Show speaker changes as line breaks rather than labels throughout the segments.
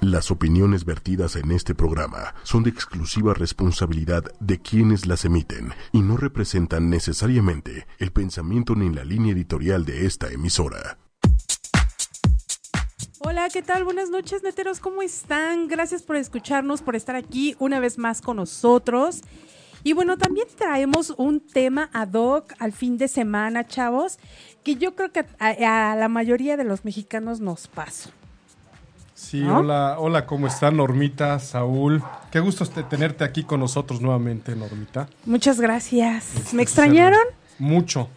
Las opiniones vertidas en este programa son de exclusiva responsabilidad de quienes las emiten y no representan necesariamente el pensamiento ni la línea editorial de esta emisora.
Hola, ¿qué tal? Buenas noches, neteros, ¿cómo están? Gracias por escucharnos, por estar aquí una vez más con nosotros. Y bueno, también traemos un tema ad hoc al fin de semana, chavos, que yo creo que a, a la mayoría de los mexicanos nos pasó.
Sí, hola, hola, ¿cómo están, Normita, Saúl? Qué gusto este- tenerte aquí con nosotros nuevamente, Normita.
Muchas gracias. ¿Me
Muchas
extrañaron?
gracias. Mucho.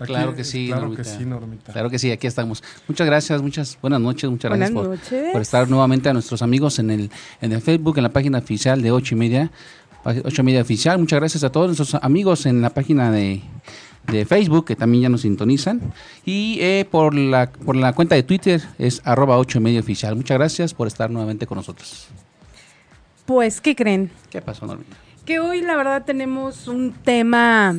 Aquí-
Claro que sí,
Claro
Normita.
que sí, Normita.
Claro que sí, aquí estamos. Muchas gracias, muchas buenas noches, muchas
Buenas
gracias por,
noches.
por estar nuevamente a nuestros amigos en el, en el Facebook, en la página oficial de 8 y media, 8 y media oficial. Muchas gracias a todos nuestros amigos en la página de, de Facebook, que también ya nos sintonizan. Y eh, por, la, por la cuenta de Twitter es arroba 8 y media oficial. Muchas gracias por estar nuevamente con nosotros.
Pues, ¿qué creen?
¿Qué pasó, Normita?
Que hoy la verdad tenemos un tema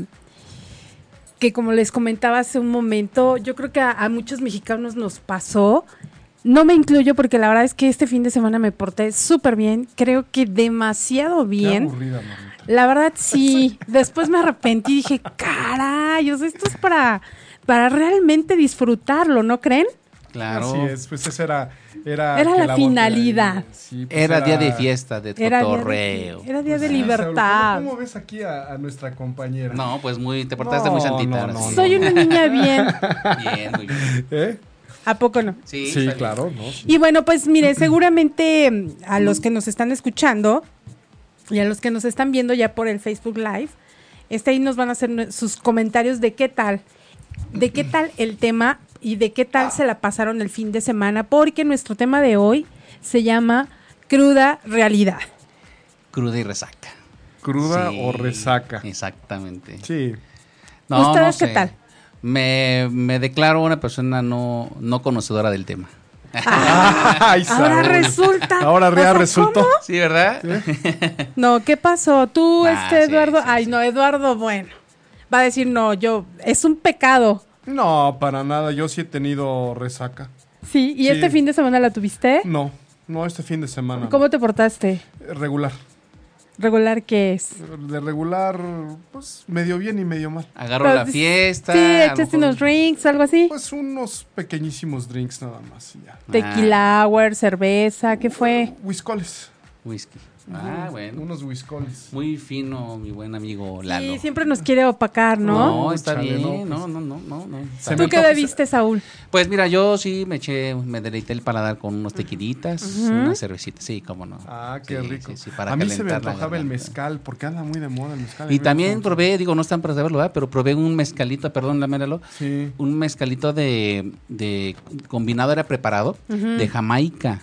que como les comentaba hace un momento, yo creo que a, a muchos mexicanos nos pasó. No me incluyo porque la verdad es que este fin de semana me porté súper bien, creo que demasiado
Qué
bien.
aburrida, Normita.
La verdad sí, después me arrepentí y dije, caray, o sea, esto es para, para realmente disfrutarlo, ¿no creen?
Claro.
Así es, pues esa era... Era,
Era
que
la
botella-
finalidad.
sí, pues
Era día de fiesta, de
Era día
cotorreo.
de, era día de
Sí, Saúl, ¿cómo-
libertad.
¿Cómo, ves aquí a, a nuestra compañera?
No, pues muy, te portaste
No,
muy santita.
no,
ahora
no,
sí.
Soy una niña bien,
Bien, muy bien.
¿Eh?
¿a poco no?
Sí,
Sí,
está bien.
claro, ¿no? Sí.
Y bueno, pues mire, seguramente mm, a los que nos están escuchando y a los que nos están viendo ya por el Facebook Live, este ahí nos van a hacer nue- sus comentarios de qué tal, de qué tal el tema y de qué tal se la pasaron el fin de semana, porque nuestro tema de hoy se llama cruda realidad.
Cruda y resaca.
¿Cruda
Sí,
o resaca?
Exactamente.
Sí.
¿Ustedes qué tal?
Me, me declaro una persona no, no conocedora del tema.
Ay,
Ah. Ahora
Saúl.
resulta.
Ahora
o sea,
ya resultó.
Sí, ¿verdad?
¿cómo? No, ¿qué pasó? Tú,
Ah,
este
sí,
Eduardo,
sí,
ay
sí.
no, Eduardo, bueno, va a decir no, yo es un pecado,
No, para nada. Yo sí he tenido resaca.
sí. Y
Sí.
este fin de semana la tuviste.
No, no este fin de semana. no.
¿Cómo te portaste?
Regular.
¿Regular qué es?
De regular, pues medio bien y medio mal.
Agarro
Pero
la
dices,
fiesta.
Sí,
a lo
echaste
mejor-
unos drinks, algo así.
Pues unos pequeñísimos drinks nada más y ya.
Tequila hour, cerveza, ¿qué fue?
Whiskoles.
Whisky. Ah, bueno.
Unos whiskoles.
Muy fino, mi buen amigo Lalo.
Sí, siempre nos quiere opacar, ¿no?
No, está
Chale, no, pues.
bien. No, no, no, no. no. Está
Se
¿Tú
bien.
me
qué
antoja-
bebiste, Saúl?
Pues mira, yo sí me eché, me deleité el paladar con unos tequilitas, una cervecita. Sí, cómo no.
Ah, qué
Sí,
rico.
sí, sí, para
a mí se me
calentar la
antojaba el
garganta.
mezcal, ¿eh? porque anda muy de moda el mezcal.
Y
Me
también
gusta.
probé, digo, no están para saberlo, ¿verdad? pero probé un mezcalito, perdón, lámelo,
Sí.
un mezcalito de, de combinado, era preparado, de Jamaica.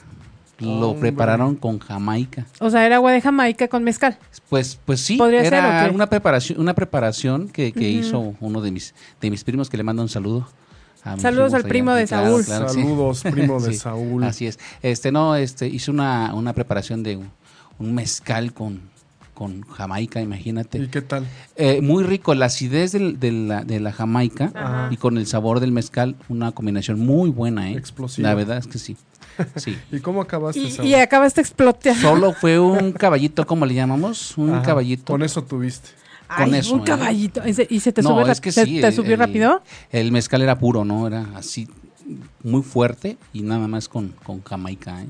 Lo
Hombre.
prepararon con Jamaica.
O sea, era agua de Jamaica con mezcal.
Pues, pues sí,
¿Podría ser
era
o qué?
una preparación, una preparación que, que hizo uno de mis, de mis primos que le manda un saludo. a mis
Saludos
primos
al
allá.
primo de Saúl.
sí.
Saludos, primo de
Sí,
Saúl.
Así es. Este, no, este, hizo una, una preparación de un, un mezcal con, con Jamaica, imagínate.
¿Y qué tal?
Eh, muy rico, la acidez del- de, la, de la jamaica
Ajá.
y con el sabor del mezcal, una combinación muy buena, ¿eh?
Explosiva.
La verdad es que sí. Sí.
¿Y cómo acabaste,
Y,
Saúl?
y acabaste explotando.
Solo fue un caballito, ¿cómo le llamamos? Un
Ajá,
caballito.
Con eso tuviste.
Ay,
con eso,
un
¿eh?
caballito. ¿Y se, y se este, te,
No,
sube
es
rap-
que
se
sí, eh,
te
el-
subió
el-
rápido?
El mezcal era puro, ¿no? Era así, muy fuerte y nada más con, con jamaica, ¿eh?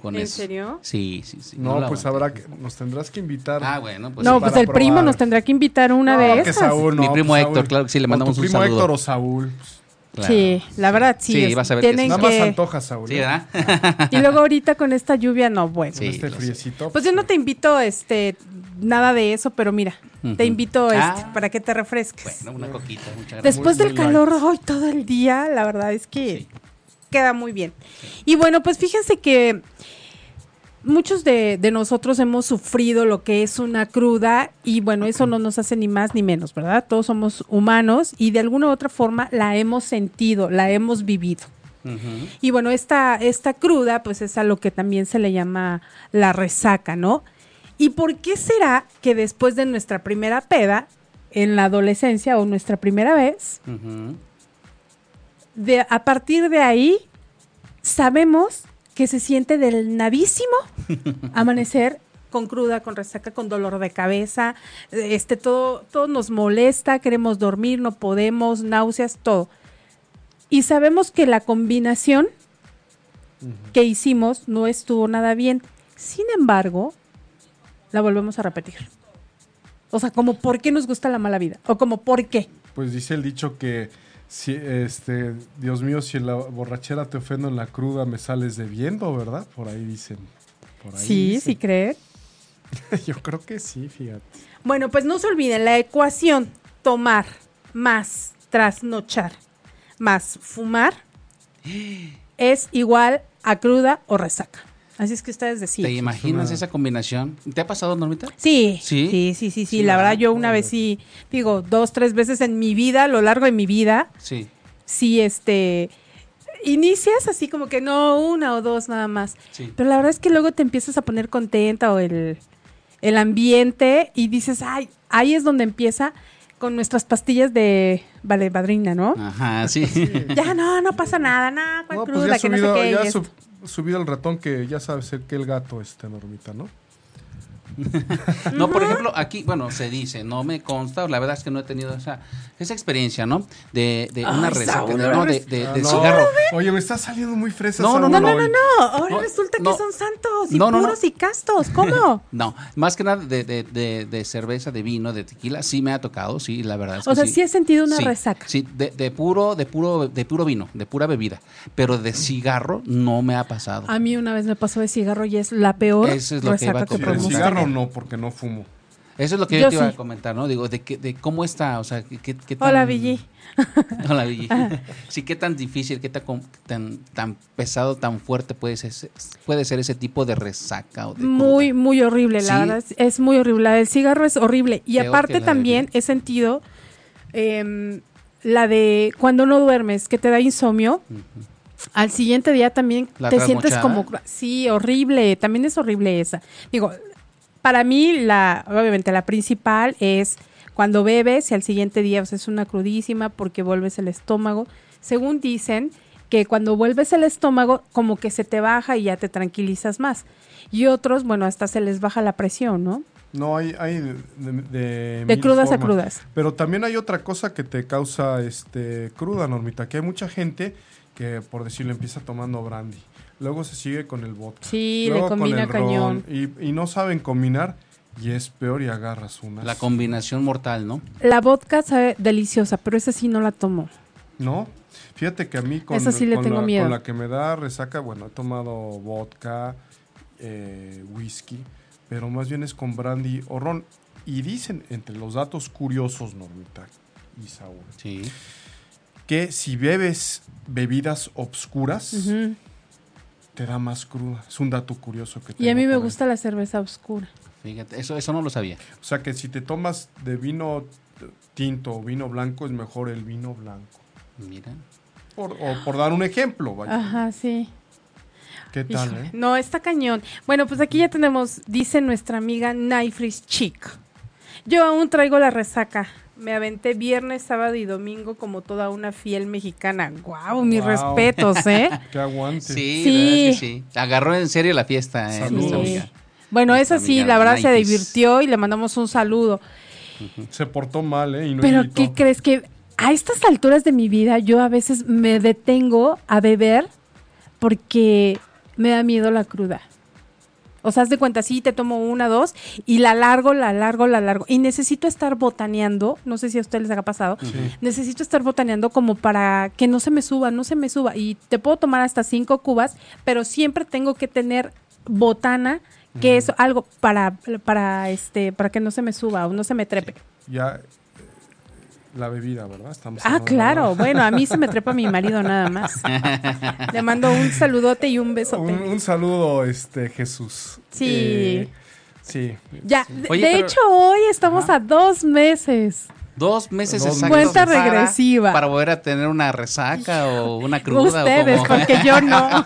Con
¿En
eso.
serio?
Sí, sí, sí.
No,
la
pues
aguanté.
habrá que, nos tendrás que invitar.
Ah, bueno, pues.
no,
sí.
para
pues el primo
probar.
nos tendrá que invitar una
No,
de
que
esas.
Saúl,
Mi
no,
primo
pues,
Héctor,
Saúl.
claro que sí, le
O
mandamos
tu
un
primo
saludo.
Héctor o Saúl. pues,
Claro.
Sí, la verdad sí.
Sí,
es-
vas a ver que
tienen
sí.
Nada más
que-
antoja, Saúl.
Sí,
¿eh?
¿verdad?
Y luego ahorita con esta lluvia, no, bueno.
Con
Sí,
este
lo sé.
friecito.
Pues yo no te invito este nada de eso, pero mira, te
Ujú.
invito este,
Ah.
para que te refresques.
Bueno, una coquita, muchas gracias.
Después
muy-
del
muy
calor hoy todo el día, la verdad es que
Sí.
queda muy bien. Y bueno, pues fíjense que muchos de, de nosotros hemos sufrido lo que es una cruda y bueno, eso no nos hace ni más ni menos, ¿verdad? Todos somos humanos y de alguna u otra forma la hemos sentido, la hemos vivido.
Ujú.
Y bueno, esta, esta cruda, pues es a lo que también se le llama la resaca, ¿no? ¿Y por qué será que después de nuestra primera peda, en la adolescencia o nuestra primera vez,
Ujú.
de, a partir de ahí sabemos que se siente del navísimo amanecer con cruda, con resaca, con dolor de cabeza, este todo, todo nos molesta, queremos dormir, no podemos, náuseas, todo. Y sabemos que la combinación que hicimos no estuvo nada bien. Sin embargo, la volvemos a repetir. O sea, como por qué nos gusta la mala vida o como por qué.
Pues dice el dicho que si este, Dios mío, si en la borrachera te ofendo en la cruda me sales debiendo, ¿verdad? Por ahí dicen. Por ahí
sí,
dicen.
sí creer.
Yo creo que sí, fíjate.
Bueno, pues no se olviden la ecuación tomar más trasnochar más fumar es igual a cruda o resaca. Así es que ustedes
¿Te
deciden.
imaginas esa combinación? ¿Te ha pasado, Normita?
Sí,
Sí.
sí, sí, sí, sí,
Sí,
La
¿verdad?
verdad, yo una vez sí, digo, dos, tres veces en mi vida, a lo largo de mi vida,
Sí.
sí, este, inicias así como que no, una o dos nada más.
Sí.
Pero la verdad es que luego te empiezas a poner contenta o el, el ambiente y dices, ay, ahí es donde empieza con nuestras pastillas de vale, padrina, ¿no?
Ajá, sí.
Ya no, no pasa nada, no, cuál
No, pues
cruda,
ya ha
que no sé
subido,
qué.
ya
y
ha
esto.
sub- subido el ratón que ya sabe ser que el gato este normita, ¿no?
No, por ejemplo, aquí, bueno, se dice, no me consta, la verdad es que no he tenido esa, esa experiencia, ¿no? De, de una
Ay,
resaca,
Saúl,
de-
ahora
no, de,
res-
de-
Ah,
Eh, del
no.
cigarro.
Oye, me está saliendo muy fresa.
No, no,
No,
Saúl,
no, no,
hoy.
no. Ahora
No,
resulta
no.
que son santos y
No, no, no.
puros y castos. ¿Cómo?
No, más que nada de, de- de- de cerveza, de vino, de tequila, sí me ha tocado, sí, la verdad. Es
O
que
sea, sí he sentido una
Sí,
resaca.
Sí, de, de puro, de puro, de puro vino, de pura bebida, pero de cigarro no me ha pasado.
A mí una vez me pasó de cigarro y es la peor
Eso es lo que
resaca
iba a
que
Sí,
comentar.
el
podemos
cigarro
tener.
cigarro no, porque no fumo.
Eso es lo que yo,
Yo
te iba
sí.
a comentar, ¿no? Digo, de, qué- de cómo está, o sea, qué, qué- qué tan...
Hola, Billy.
Hola, Billy. Sí, qué tan difícil, qué tan, com- tan, tan pesado, tan fuerte puede ser, puede ser ese tipo de resaca. O de
Muy,
cruda?
muy horrible, la
Sí.
verdad. es- Es muy horrible. La del cigarro es horrible. Y
Peor que
aparte
la
también he sentido em, la de cuando no duermes, que te da insomnio. Al siguiente día también
La
te sientes
trasnochada.
como... Sí, horrible. También es horrible esa. Digo, para mí, la obviamente la principal es cuando bebes y al siguiente día o sea, es una crudísima porque vuelves el estómago. Según dicen que cuando vuelves el estómago como que se te baja y ya te tranquilizas más. Y otros, bueno, hasta se les baja la presión, ¿no?
No, hay, hay de, de- de
De
mil
crudas a
formas.
crudas.
Pero también hay otra cosa que te causa este cruda, Normita, que hay mucha gente que, por decirlo, empieza tomando brandy. Luego se sigue con el vodka.
Sí,
luego
le combina
ron,
cañón.
y, y no saben combinar y es peor y agarras una.
La combinación mortal, ¿no?
La vodka sabe deliciosa, pero esa sí no la tomo.
No, fíjate que a mí con,
Esa sí le
con
tengo
la,
miedo.
con la que me da resaca, bueno, he tomado vodka, eh, whisky, pero más bien es con brandy o ron. Y dicen, entre los datos curiosos, Normita y Saúl,
Sí.
que si bebes bebidas obscuras,
Ujú.
te da más cruda. Es un dato curioso que
Y a
tengo
mí me
por ahí.
gusta la cerveza oscura.
Fíjate, eso, eso no lo sabía.
O sea, que si te tomas de vino eh, tinto o vino blanco, es mejor el vino blanco.
Mira.
Por, o por dar un ejemplo, vaya.
Ajá, sí.
¿Qué tal,
Ah, Híjole,
eh?
No, está cañón. Bueno, pues aquí ya tenemos, dice nuestra amiga Naifris Chic. Yo aún traigo la resaca. Me aventé viernes, sábado y domingo como toda una fiel mexicana. ¡Guau! mis
Wow.
respetos, ¿eh?
Que aguante.
Sí,
Sí.
¿verdad? sí, sí. Agarró en serio la fiesta, eh,
Sí.
nuestra
Sí.
amiga.
Bueno, esa sí,
Amiga
la verdad se
Naifis.
divirtió y le mandamos un saludo.
Se portó mal, ¿eh? Y no
Pero
invitó.
¿qué crees que a estas alturas de mi vida yo a veces me detengo a beber porque me da miedo la cruda? O sea, haz de cuenta, sí, te tomo una, dos, y la largo, la largo, la largo. Y necesito estar botaneando, no sé si a ustedes les haga pasado,
Mm.
necesito estar botaneando como para que no se me suba, no se me suba. Y te puedo tomar hasta cinco cubas, pero siempre tengo que tener botana, que es algo para, para, este, para que no se me suba o no se me trepe.
Ya eh, la bebida, ¿verdad? Estamos
pues,
Ah,
hablando de
claro.
la-
Bueno, a mí se me trepa mi marido nada más. Le mando un saludote y un
Un,
besote.
un saludo, este, Jesús.
Sí.
Eh, sí.
Ya, de,
Oye,
de
pero-
hecho hoy estamos
Ajá.
a dos meses
Dos meses
Dos
exactos.
Cuenta
para-
regresiva.
Para volver a tener una resaca o una cruda. o
Ustedes,
como-
porque yo no.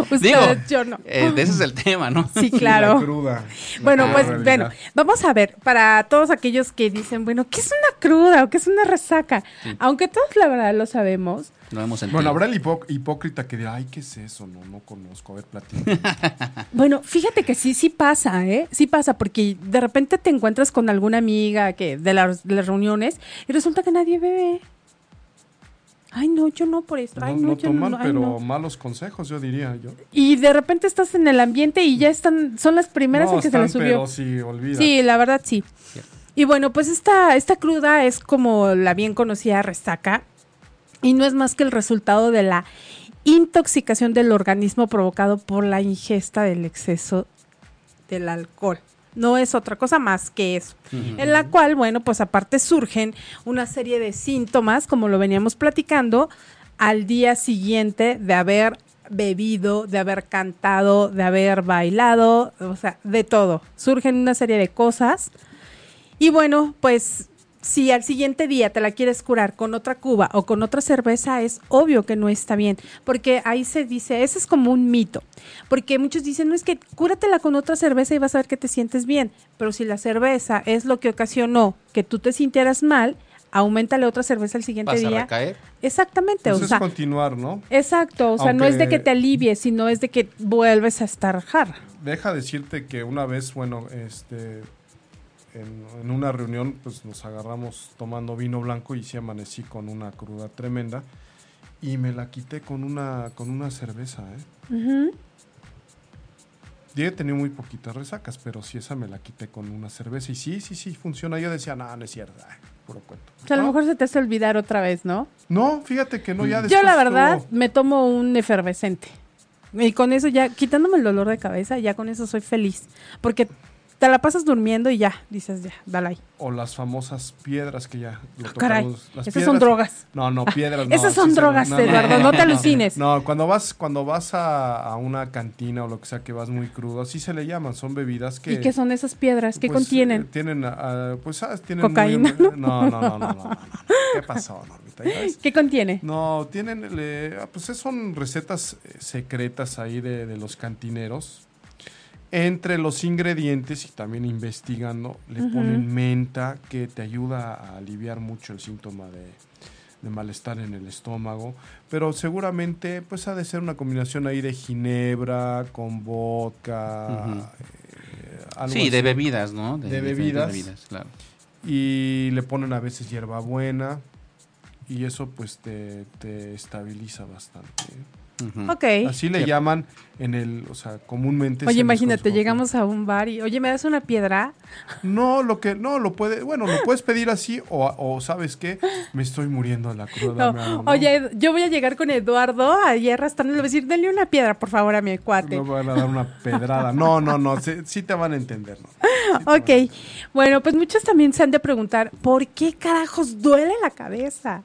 Ustedes,
Digo,
yo no.
eh, Ah, de ese es el tema, ¿no?
Sí,
La
claro.
cruda.
Bueno,
La
pues
realidad.
bueno, vamos a ver, para todos aquellos que dicen, bueno, ¿qué es una cruda o qué es una resaca? Aunque todos la verdad lo sabemos,
Lo hemos sentido.
Bueno, habrá el hipó- hipócrita que diga, ay, ¿qué es eso? No, no conozco. A ver, platícame.
Bueno, fíjate que sí, sí pasa, ¿eh? Sí pasa, porque de repente te encuentras con alguna amiga que de las, de las reuniones y resulta que nadie bebe. Ay, no, yo no por esto.
No,
Ay, no,
no
yo
toman,
no, ay,
pero
no.
malos consejos, yo diría. Yo.
Y de repente estás en el ambiente y ya están, son las primeras
no,
en que se
están,
les subió.
Pero sí, olvida.
Sí, la verdad sí.
Cierto.
Y bueno, pues esta, esta cruda es como la bien conocida resaca y no es más que el resultado de la intoxicación del organismo provocado por la ingesta del exceso del alcohol. No es otra cosa más que eso. En la cual, bueno, pues aparte surgen una serie de síntomas, como lo veníamos platicando, al día siguiente de haber bebido, de haber cantado, de haber bailado, o sea, de todo. Surgen una serie de cosas. Y bueno, pues si al siguiente día te la quieres curar con otra cuba o con otra cerveza, es obvio que no está bien, porque ahí se dice, ese es como un mito, porque muchos dicen, no es que cúratela con otra cerveza y vas a ver que te sientes bien, pero si la cerveza es lo que ocasionó que tú te sintieras mal, aumentale otra cerveza al siguiente
Vas a
día.
recaer.
Exactamente,
Entonces
o sea,
Pues es continuar, ¿no?
exacto, o sea, no es de
Aunque-
que te alivies, sino es de que vuelves a estar jarra.
Deja decirte que una vez, bueno, este, en, en una reunión, pues nos agarramos tomando vino blanco y sí amanecí con una cruda tremenda. Y me la quité con una, con una cerveza, ¿eh?
Ujú.
Yo he tenido muy poquitas resacas, pero sí esa me la quité con una cerveza. Y sí, sí, sí, funciona. Yo decía, no, no es cierto. Ay, puro cuento.
O sea, a lo
Ah,
mejor se te hace olvidar otra vez, ¿no?
No, fíjate que no, ya Ah, después
Yo la verdad
estuvo-
me tomo un efervescente. Y con eso ya, quitándome el dolor de cabeza, ya con eso soy feliz. Porque te la pasas durmiendo y ya, dices ya, dale ahí.
O las famosas piedras que ya... lo
Ah, caray,
tocamos. Las
esas son
piedras-
drogas.
No, no, piedras no.
Esas son
sí se-
drogas, Eduardo, no te alucines.
No, cuando vas, cuando vas a, a una cantina o lo que sea que vas muy crudo, así se le llaman, son bebidas que...
¿Y qué son esas piedras? ¿Qué
pues, eh,
contienen?
tienen, ah, pues, ah, tienen muy-
Cocaína,
No, no, no, no, no, no, no. ¿Qué pasó, Normita? ¿Ya ves?
¿Qué contiene?
No, tienen, le- ah, pues es- son recetas eh, secretas ahí de, de los cantineros. Entre los ingredientes y también investigando, le ponen menta que te ayuda a aliviar mucho el síntoma de, de malestar en el estómago. Pero seguramente pues ha de ser una combinación ahí de ginebra con vodka.
Ujú.
eh, algo
Sí, de
así.
bebidas, ¿no?
De
diferentes
bebidas.
claro.
Y le ponen a veces hierbabuena y eso pues te, te estabiliza bastante. ¿eh?
Ujú.
Ok.
Así le
Cierto.
llaman en el, o sea, comúnmente. se
Oye,
les
imagínate,
conoce-
llegamos a un bar y, oye, ¿me das una piedra?
No, lo que, no, lo puede, bueno, lo puedes pedir así o, o ¿sabes qué? Me estoy muriendo de la cruda.
No.
me hago, ¿no?
Oye, Ed- yo voy a llegar con Eduardo ahí arrastrándole, le voy a decir, denle una piedra, por favor, a mi cuate.
No me van a dar una pedrada. No, no, no, sí, sí te van a entender. ¿no?
Ok, bueno, pues muchos también se han de preguntar, ¿por qué carajos duele la cabeza?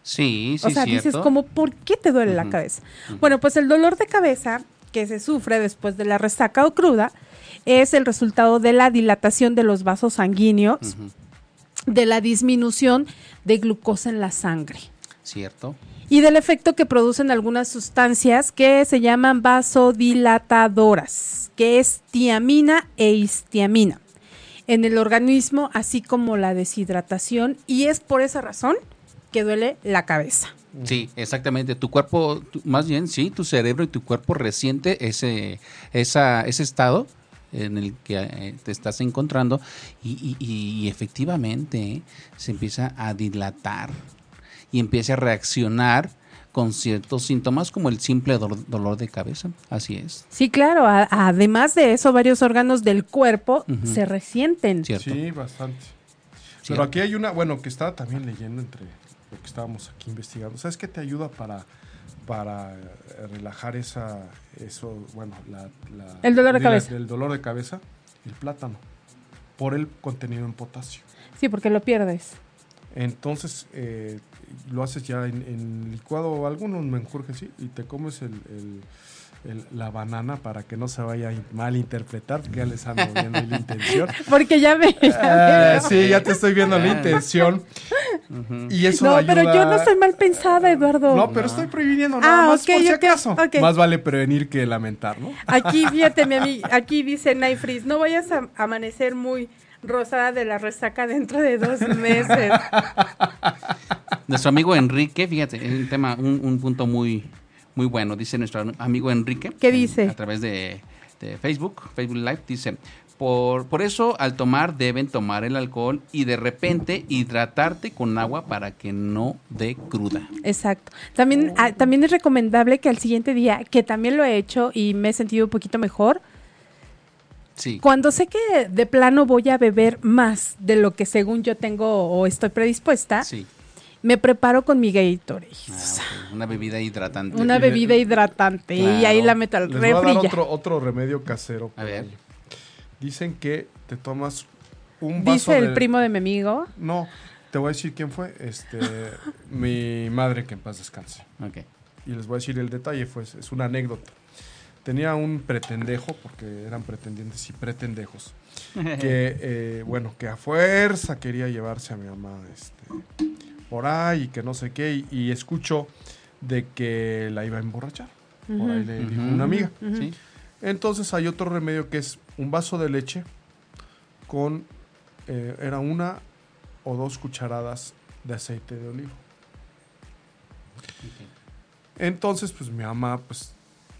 Sí, sí,
o sea,
cierto.
dices como, ¿por qué te duele la
Ujú,
cabeza? Bueno, pues el dolor de cabeza que se sufre después de la resaca o cruda es el resultado de la dilatación de los vasos sanguíneos,
Ujú,
de la disminución de glucosa en la sangre
Cierto.
y del efecto que producen algunas sustancias que se llaman vasodilatadoras, que es tiamina e histiamina en el organismo, así como la deshidratación, y es por esa razón que duele la cabeza.
Sí, exactamente. Tu cuerpo, tu- más bien, sí, tu cerebro y tu cuerpo resiente ese, esa, ese estado en el que eh, te estás encontrando y, y- y- y efectivamente eh, se empieza a dilatar y empieza a reaccionar con ciertos síntomas como el simple dol- dolor de cabeza. Así es,
Sí, claro, a- además de eso, varios órganos del cuerpo
Ujú.
se resienten.
cierto.
Sí, bastante.
Cierto.
Pero aquí hay una, bueno, que estaba también leyendo entre lo que estábamos aquí investigando. ¿Sabes qué te ayuda para, para eh, relajar esa, eso, bueno, la, la-
El dolor de cabeza.
El dolor de cabeza, el plátano, por el contenido en potasio.
Sí, porque lo pierdes.
Entonces, eh, lo haces ya en, en licuado o alguno, mejor que sí, y te comes el, el- el- la banana para que no se vaya a in- malinterpretar, porque ya les ando viendo la intención.
Porque ya me.
Ah, sí, ya te estoy viendo la intención. Y eso
no, pero
ayuda-
yo no soy mal pensada, Eduardo.
No, pero estoy previniendo
Ah,
nada más
ok,
por si
ok,
acaso.
ok.
Más vale prevenir que lamentar, ¿no?
Aquí, fíjate, mi ami- aquí dice Night Freeze, no vayas a amanecer muy rosada de la resaca dentro de dos meses.
Nuestro amigo Enrique, fíjate, es un tema, un, un punto muy, muy bueno, dice nuestro amigo Enrique.
¿Qué
en-
dice?
A través de, de Facebook, Facebook Live, dice, por, por eso al tomar deben tomar el alcohol y de repente hidratarte con agua para que no dé cruda.
Exacto. También, ah, también es recomendable que al siguiente día, que también lo he hecho y me he sentido un poquito mejor,
Sí.
cuando sé que de plano voy a beber más de lo que según yo tengo o estoy predispuesta,
Sí.
me preparo con mi Gatorade.
Ah, ok, Una bebida hidratante.
Una bebida hidratante y ahí
Claro.
la meto al
Les voy a dar
refri ya.
otro, otro remedio casero.
A ver.
Dicen que te tomas un vaso
Dice el
de-
primo de mi amigo.
No, te voy a decir quién fue. Este, mi madre, que en paz descanse.
Ok.
Y les voy a decir el detalle, fue, es una anécdota. Tenía un pretendejo, porque eran pretendientes y pretendejos, que, eh, bueno, que a fuerza quería llevarse a mi mamá este, por ahí, y que no sé qué, y, y escuchó de que la iba a emborrachar. Por ahí le dijo
Ujú.
una amiga.
Sí.
Entonces hay otro remedio que es un vaso de leche con, eh, era una o dos cucharadas de aceite de olivo. Entonces, pues mi mamá, pues,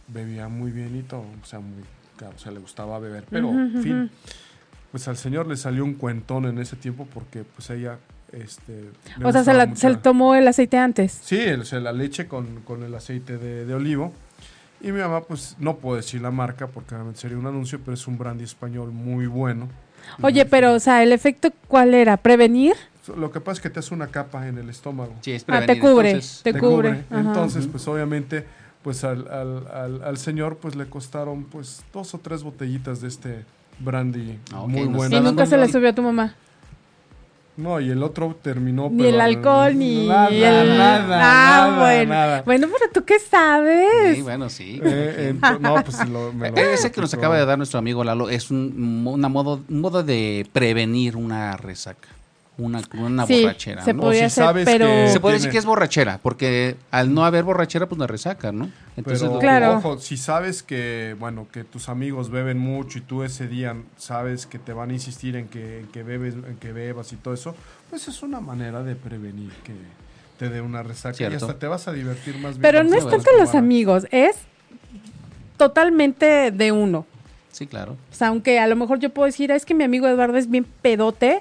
bebía muy bien y todo, o sea, muy, claro, o sea, le gustaba beber, pero,
Ujú,
en
ujú.
fin, pues al señor le salió un cuentón en ese tiempo porque, pues, ella, este... le
O sea, se,
gustaba
la-
mucho
se le tomó el aceite antes.
Sí, el- o sea, la leche con, con el aceite de, de olivo. Y mi mamá, pues no puedo decir la marca porque realmente sería un anuncio, pero es un brandy español muy bueno.
Oye, pero, o sea, ¿el efecto cuál era? ¿Prevenir?
So, Lo que pasa es que te hace una capa en el estómago.
Sí, es
Ah, te
prevenir,
cubre,
entonces-
te, cubre. Ajá.
Entonces, pues obviamente, pues al, al- al- al señor, pues le costaron pues dos o tres botellitas de este brandy
Ah, ok,
muy
no sé.
bueno.
y
nada
nunca
más
se
lo-
le subió a tu mamá.
No, y el otro terminó.
ni
pero-
el alcohol, ni
Nada,
el...
nada,
ah,
nada,
bueno.
nada.
Bueno, pero tú qué sabes.
Sí, bueno, sí.
Eh, ento- no, pues lo- me lo-
Eh, Ese que nos acaba de dar nuestro amigo Lalo es un mo- una modo, un modo de prevenir una resaca, una, una
Sí,
borrachera.
se
¿no?
podía
si
hacer,
sabes
pero...
que-
Se puede
Tiene-
decir que es borrachera, porque al no haber borrachera, pues no hay resaca, ¿no? Entonces,
Pero
lo-
Claro.
ojo, si sabes que, bueno, que tus amigos beben mucho y tú ese día sabes que te van a insistir en que, en que bebes, en que bebas y todo eso, pues es una manera de prevenir que te dé una resaca y
Cierto.
hasta te vas a divertir más bien.
Pero no
Sí,
es
bueno,
tanto
es
los
como-
amigos, es totalmente de uno.
sí, claro.
O sea, aunque a lo mejor yo puedo decir, "Ah, es que mi amigo Eduardo es bien pedote,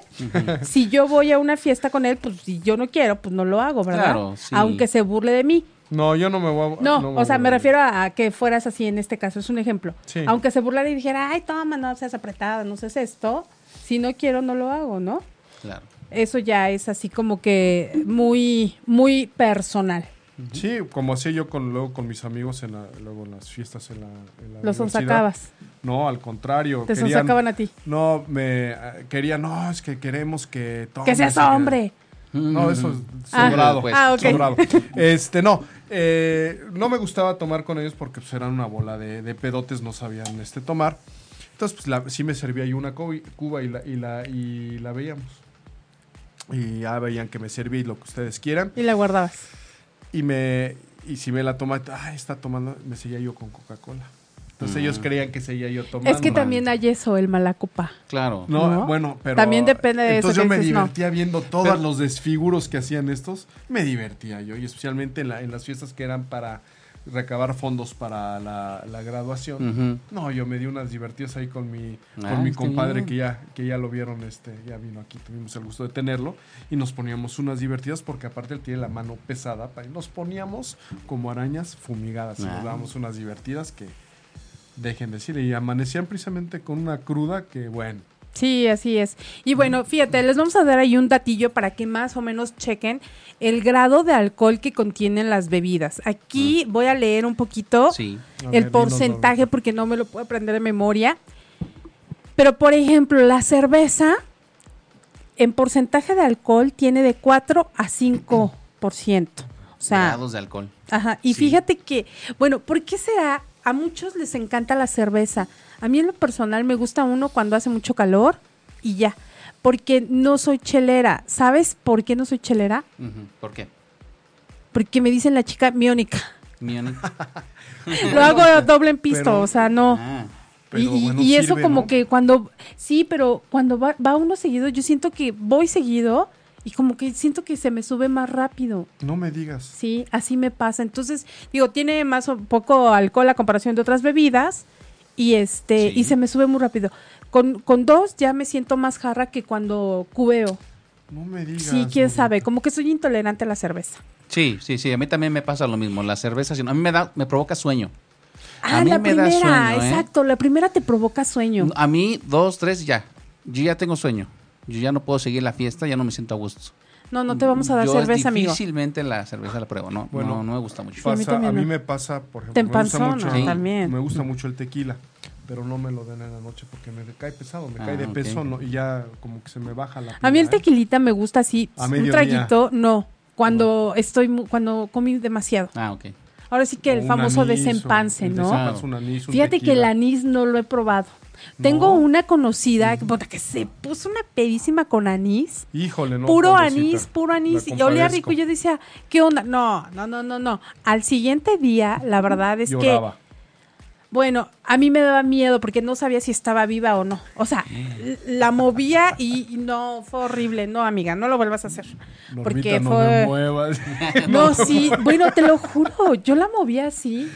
si yo voy a una fiesta con él, pues si yo no quiero, pues no lo hago, ¿verdad?
Claro, sí.
Aunque se burle de mí.
No, yo no me voy a...
No, o sea,
voy
me
a-
refiero a, a que fueras así en este caso, es un ejemplo.
Sí.
Aunque se burlara y dijera, ay, toma, no seas apretada, no seas esto, si no quiero, no lo hago, ¿no?
claro.
Eso ya es así como que muy, muy personal.
Sí, como hacía yo con, luego con mis amigos en la- luego en las fiestas en la, en la
Los
universidad.
sonsacabas,
No, al contrario.
te
querían-
sonsacaban a ti.
No, me eh, quería, no, es que queremos que...
¡Que
tomes y
seas hombre!
No, eso es
Ah.
sobrado.
Ah, ok.
sobrado. Este, no. eh, no me gustaba tomar con ellos porque pues, eran una bola de, de pedotes, no sabían este tomar. Entonces, pues la- sí me servía yo una cu- cuba y la, y, la, y la veíamos. Y ya veían que me serví lo que ustedes quieran.
Y la guardabas.
Y me y si me la toma, ah, está tomando, me seguía yo con Coca-Cola. Entonces
Mm.
ellos creían que seguía yo tomando.
es que también hay eso, el malacopa.
Claro.
No,
¿No?
bueno, pero.
También depende de eso
Entonces
que
yo me
dices, no.
divertía viendo todos
Pero-
los desfiguros que hacían estos. Me divertía yo, y especialmente en, la- en las fiestas que eran para recabar fondos para la, la graduación.
Ujú.
No, yo me di unas divertidas ahí con mi,
Ah,
con mi
está
compadre
bien.
que ya, que ya lo vieron, este, ya vino aquí, tuvimos el gusto de tenerlo y nos poníamos unas divertidas porque aparte él tiene la mano pesada, pa- y nos poníamos como arañas fumigadas y
Ah.
nos dábamos unas divertidas que dejen decir y amanecían precisamente con una cruda que bueno.
Sí, así es. Y bueno, fíjate, les vamos a dar ahí un datillo para que más o menos chequen el grado de alcohol que contienen las bebidas. Aquí
Mm.
voy a leer un poquito
Sí.
A ver,
el
dinos,
porcentaje
Norma.
porque no me lo puedo aprender de memoria. Pero, por ejemplo, la cerveza en porcentaje de alcohol tiene de 4 a 5%. O sea,
Grados de alcohol.
Ajá, y
Sí.
fíjate que, bueno, ¿por qué será? a muchos les encanta la cerveza. A mí en lo personal me gusta uno cuando hace mucho calor y ya. Porque no soy chelera. ¿Sabes por qué no soy chelera?
Ujú, ¿Por qué?
Porque me dicen la chica miónica.
Mion-
Lo hago doble en pisto,
Pero-
o sea, no.
Ah,
Pero
y, y-
bueno,
y eso
sirve,
como
¿no?
que cuando, sí, pero cuando va, va uno seguido, yo siento que voy seguido y como que siento que se me sube más rápido.
No me digas.
Sí, así me pasa. Entonces, digo, tiene más o poco alcohol a comparación de otras bebidas y este
Sí.
y se me sube muy rápido. Con, con dos ya me siento más jarra que cuando cubeo.
No me digas.
Sí, quién
Lolita.
sabe, como que soy intolerante a la cerveza.
sí, sí, sí. A mí también me pasa lo mismo. La cerveza, si no- a mí me, da, me provoca sueño.
Ah,
a mí
la
me
primera,
da sueño. ¿eh? ah,
exacto, la primera te provoca sueño.
A mí, dos, tres, ya. Yo ya tengo sueño. Yo ya no puedo seguir la fiesta, ya no me siento a gusto.
No, no te vamos a dar
Yo
cerveza, amigo.
difícilmente la cerveza la pruebo, no,
Bueno.
no, no me gusta mucho.
a mí
Pasa- a, mí
también no.
me pasa, por ejemplo,
Te
me gusta,
empanzona,
mucho,
sí.
también.
me gusta mucho el tequila, pero no me lo den en la noche porque me cae pesado, me
Ah,
cae de
ok.
peso ¿no? y ya como que se me baja la
A mí el
pila, ¿eh?
tequilita me gusta así,
A
un
mediodía.
traguito, no. Cuando estoy mu- cuando comí demasiado.
Ah, ok.
Ahora sí que
O
el
un
famoso
anís, o-
desempance,
un
¿no?
desempance, un anís, un
Fíjate que el
tequila.
anís no lo he probado. Tengo
No.
una conocida que- puta, que se puso una pedísima con anís.
Híjole, no.
puro
pobrecita,
anís, puro anís.
la
Y olía rico.
compadezco.
Y yo decía, ¿qué onda? No, no, no, no, no. Al siguiente día, la verdad es
Lloraba.
que, bueno, a mí me daba miedo porque no sabía si estaba viva o no. O sea, l- la movía y y no, fue horrible. No, amiga, no lo vuelvas a hacer.
Normita,
porque
no me
fue...
muevas.
No, sí, bueno, te lo juro, yo la movía así.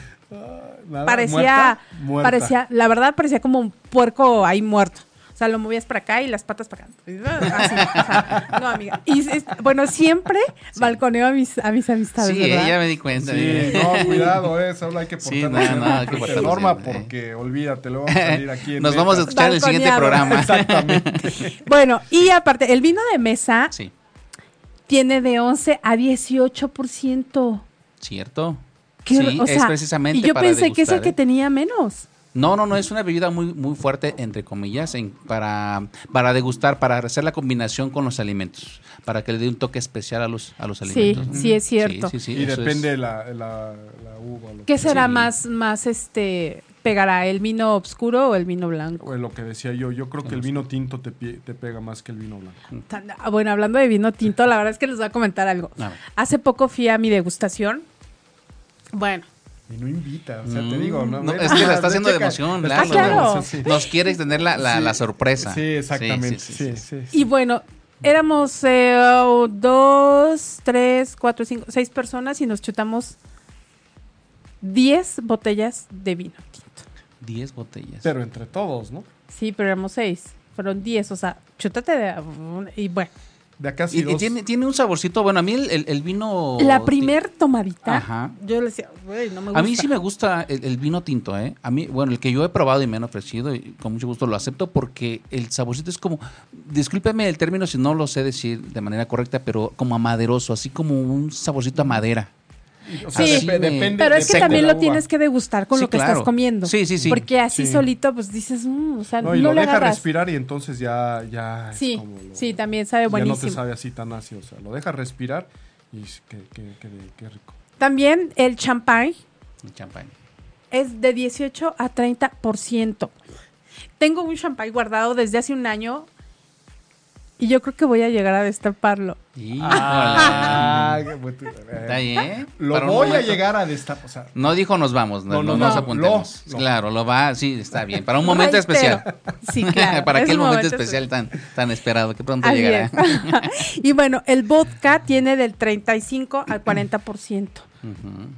Nada,
parecía,
muerta, muerta.
parecía, la verdad parecía como un puerco ahí muerto. O sea, lo movías para acá y las patas para acá. Así, o sea, no, amiga. Y es- bueno, siempre balconeo a mis, a mis amistades,
Sí,
¿verdad?
eh, ya me di cuenta.
Sí,
eh.
no, cuidado, eh, solo hay que portar
Sí, no, no, hay que portarnos
norma
bien, eh.
porque olvídate, luego vamos a salir aquí en
Nos vamos a
Meta.
escuchar en el siguiente
Balconeado.
programa.
Bueno, y aparte, el vino de mesa
Sí,
tiene de 11 a 18%.
cierto.
Qué
sí,
r- o
es
sea,
precisamente
Y yo
para
pensé que es el
degustar,
que
¿eh?
tenía menos.
No, no, no, es una bebida muy, muy fuerte, entre comillas, en- para, para degustar, para hacer la combinación con los alimentos, para que le dé un toque especial a los, a los
Sí,
alimentos. ¿no?
sí es cierto.
Sí, sí, sí,
y
eso es-
depende la, la, la uva. Lo
¿Qué
que,
será
Sí.
más, más este, pegará? ¿El vino oscuro o el vino blanco?
o eh, lo que decía yo, yo creo que el vino tinto te, pie- te pega más que el vino blanco.
Tan- ah, Bueno, hablando de vino tinto, la verdad es que les voy a comentar algo.
A ver.
Hace poco fui a mi degustación. Bueno,
Y no invita, o sea, te
Mm,
digo, no.
no,
Ve,
es que la está
ve,
haciendo de
checa,
emoción,
ve,
Ah,
Lalo.
checa,
claro.
o sea, sí.
Nos quiere extender la, la, la sorpresa.
Sí, exactamente. Sí, sí,
y bueno, éramos eh, oh, dos, tres, cuatro, cinco, seis personas y nos chutamos diez botellas de vino tinto.
Diez botellas.
Pero entre todos, ¿no?
Sí, pero éramos seis. Fueron diez, o sea, chútate de... a- Y bueno,
De acá sí
y, y tiene, tiene un saborcito, bueno, a mí el, el- el vino...
la
ti-
primer tomadita,
Oh, Ajá.
yo le decía, güey, no me gusta.
A mí sí me gusta el, el vino tinto, ¿eh? A mí, bueno, el que yo he probado y me han ofrecido, y con mucho gusto lo acepto, porque el saborcito es como, discúlpeme el término si no lo sé decir de manera correcta, pero como amaderoso, así como un saborcito a madera. Ah,
O sea,
Sí.
depe- depende.
Pero es que
depende
también
de la
lo
uva.
tienes que degustar con
Sí,
lo que
claro.
estás comiendo.
Sí, sí, sí.
Porque así
Sí.
solito, pues dices, mm, o sea, no,
No, y lo
le
deja
agarras.
respirar y entonces ya. ya es
Sí,
como lo-
sí, también sabe
Ya no te
buenísimo.
sabe así tan ácido, o sea, lo deja respirar y es que, que- que- que rico.
También el champán
Mm.
El champán.
es de 18 a 30%. Tengo un champán guardado desde hace un año y yo creo que voy a llegar a destaparlo.
Híjole. Ah, Está
Eh,
bien. ¿eh?
Ah. Lo
Para un
voy a
momento-
llegar a destapar. O sea,
No dijo nos vamos, no,
No, no,
no nos
no,
apuntemos.
lo, lo.
Claro, lo va, sí, está bien. Para un momento
Reitero.
especial.
Sí, claro.
Para
es
aquel
un
momento especial tan, tan esperado que pronto
Así
llegará.
es. y bueno, el vodka tiene del 35 al 40%.
Ujú.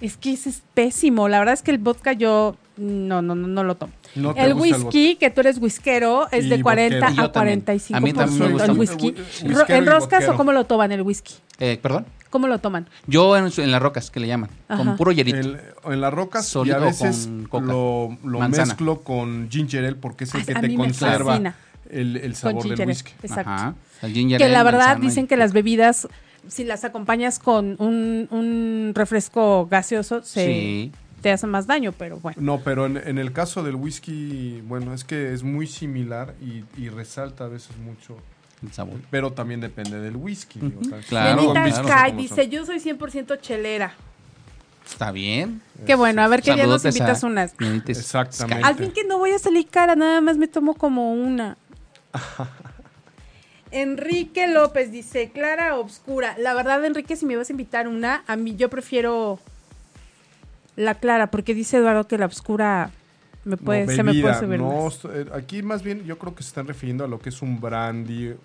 Es que ese es pésimo. La verdad es que el vodka yo no, no, no, no lo tomo.
no te
el
gusta el
whisky, que tú eres whiskero, es
Y
de 40
vodquero.
Y yo
a 45%.
también. A mí también me gusta
el
mucho.
whisky.
Whi-
Ro-
whiskero
¿En
y
roscas
vodquero.
o cómo lo toman el whisky?
Eh, ¿Perdón?
¿Cómo lo toman?
Yo en, su- en las rocas, que le llaman.
Ajá.
Con puro hierito.
El- en las rocas
Sólido
y a veces
con coca.
lo, lo
Manzana.
mezclo con ginger ale porque es el
Ah,
que
a mí
te
me
conserva
fascina.
el, el
Con
sabor del
ginger ale.
whisky.
Exacto.
Ajá. El ginger
Que la
ale,
verdad
manzana y-
dicen que las bebidas, si las acompañas con un, un refresco gaseoso, se,
Sí.
te hace más daño, pero bueno.
No, pero en, en el caso del whisky, bueno, es que es muy similar y, y resalta a veces mucho,
El sabor.
pero también depende del whisky. digo, tal-
Claro,
Benita
con
claro.
whisky
Sky
como son.
dice, yo soy 100% chelera.
Está bien.
Qué bueno, a ver qué día nos
Saludotes
invitas
a-
unas.
Benítez.
Exactamente.
Al fin que no voy a salir cara, nada más me tomo como una. Enrique López dice, Clara Obscura. La verdad, Enrique, si me vas a invitar una, a mí yo prefiero la Clara, porque dice Eduardo que la Obscura me
No,
puede, pues, se me puede
bebida,
subir.
no,
más.
esto- eh, aquí más bien yo creo que se están refiriendo a lo que es un brandy. eh,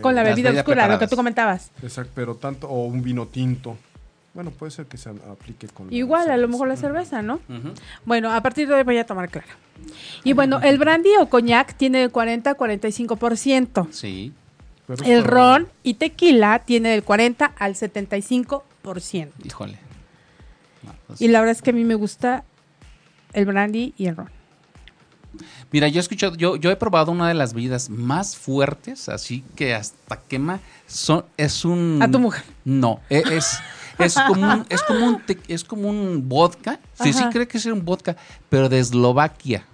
Con la
Las
bebida oscura,
bebidas
lo que
preparadas.
tú comentabas.
Exacto, pero tanto, o un vino tinto. Bueno, puede ser que se aplique con. la
Igual, a lo
cerveza.
mejor la cerveza, ¿no?
Ujú.
Bueno, a partir de hoy voy a tomar clara. Y bueno, el brandy o coñac tiene del 40 al 45%.
Sí.
Pero es
El
para-
ron y tequila tiene del 40 al 75%.
Híjole. No, pues-
Y la verdad es que a mí me gusta el brandy y el ron.
Mira, yo he escuchado, yo, yo he probado una de las bebidas más fuertes, así que hasta quema. Son, es un.
A tu mujer.
No, e- es. Es como, un, es, como un te- es como un vodka. Sí, sí,
Ajá.
creo que es un vodka, pero de Eslovaquia.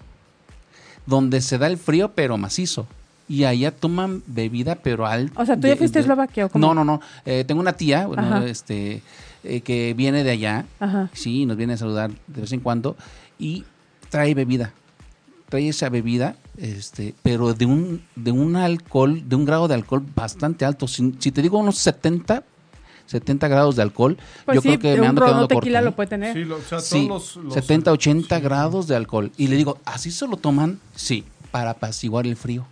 Donde se da el frío, pero macizo. Y allá toman bebida, pero al.
O sea, ¿tú ya fuiste a Eslovaquia o cómo?
No, no, no. Eh, tengo una tía, bueno,
Ajá.
este, eh, que viene de allá.
Ajá.
Sí, nos viene a saludar de vez en cuando y trae bebida. Trae esa bebida, este, pero de un, de un alcohol, de un grado de alcohol bastante alto. Si, si te digo unos 70, 70 grados de alcohol,
Pues
yo
sí,
creo que me
un
ando
ron
quedando
o tequila
corto, ¿eh?
lo puede tener.
Sí, lo- o sea, todos
Sí,
los- los-
70, 80
sí.
grados de alcohol. Y le digo, ¿así se lo toman? Sí, para apaciguar el frío.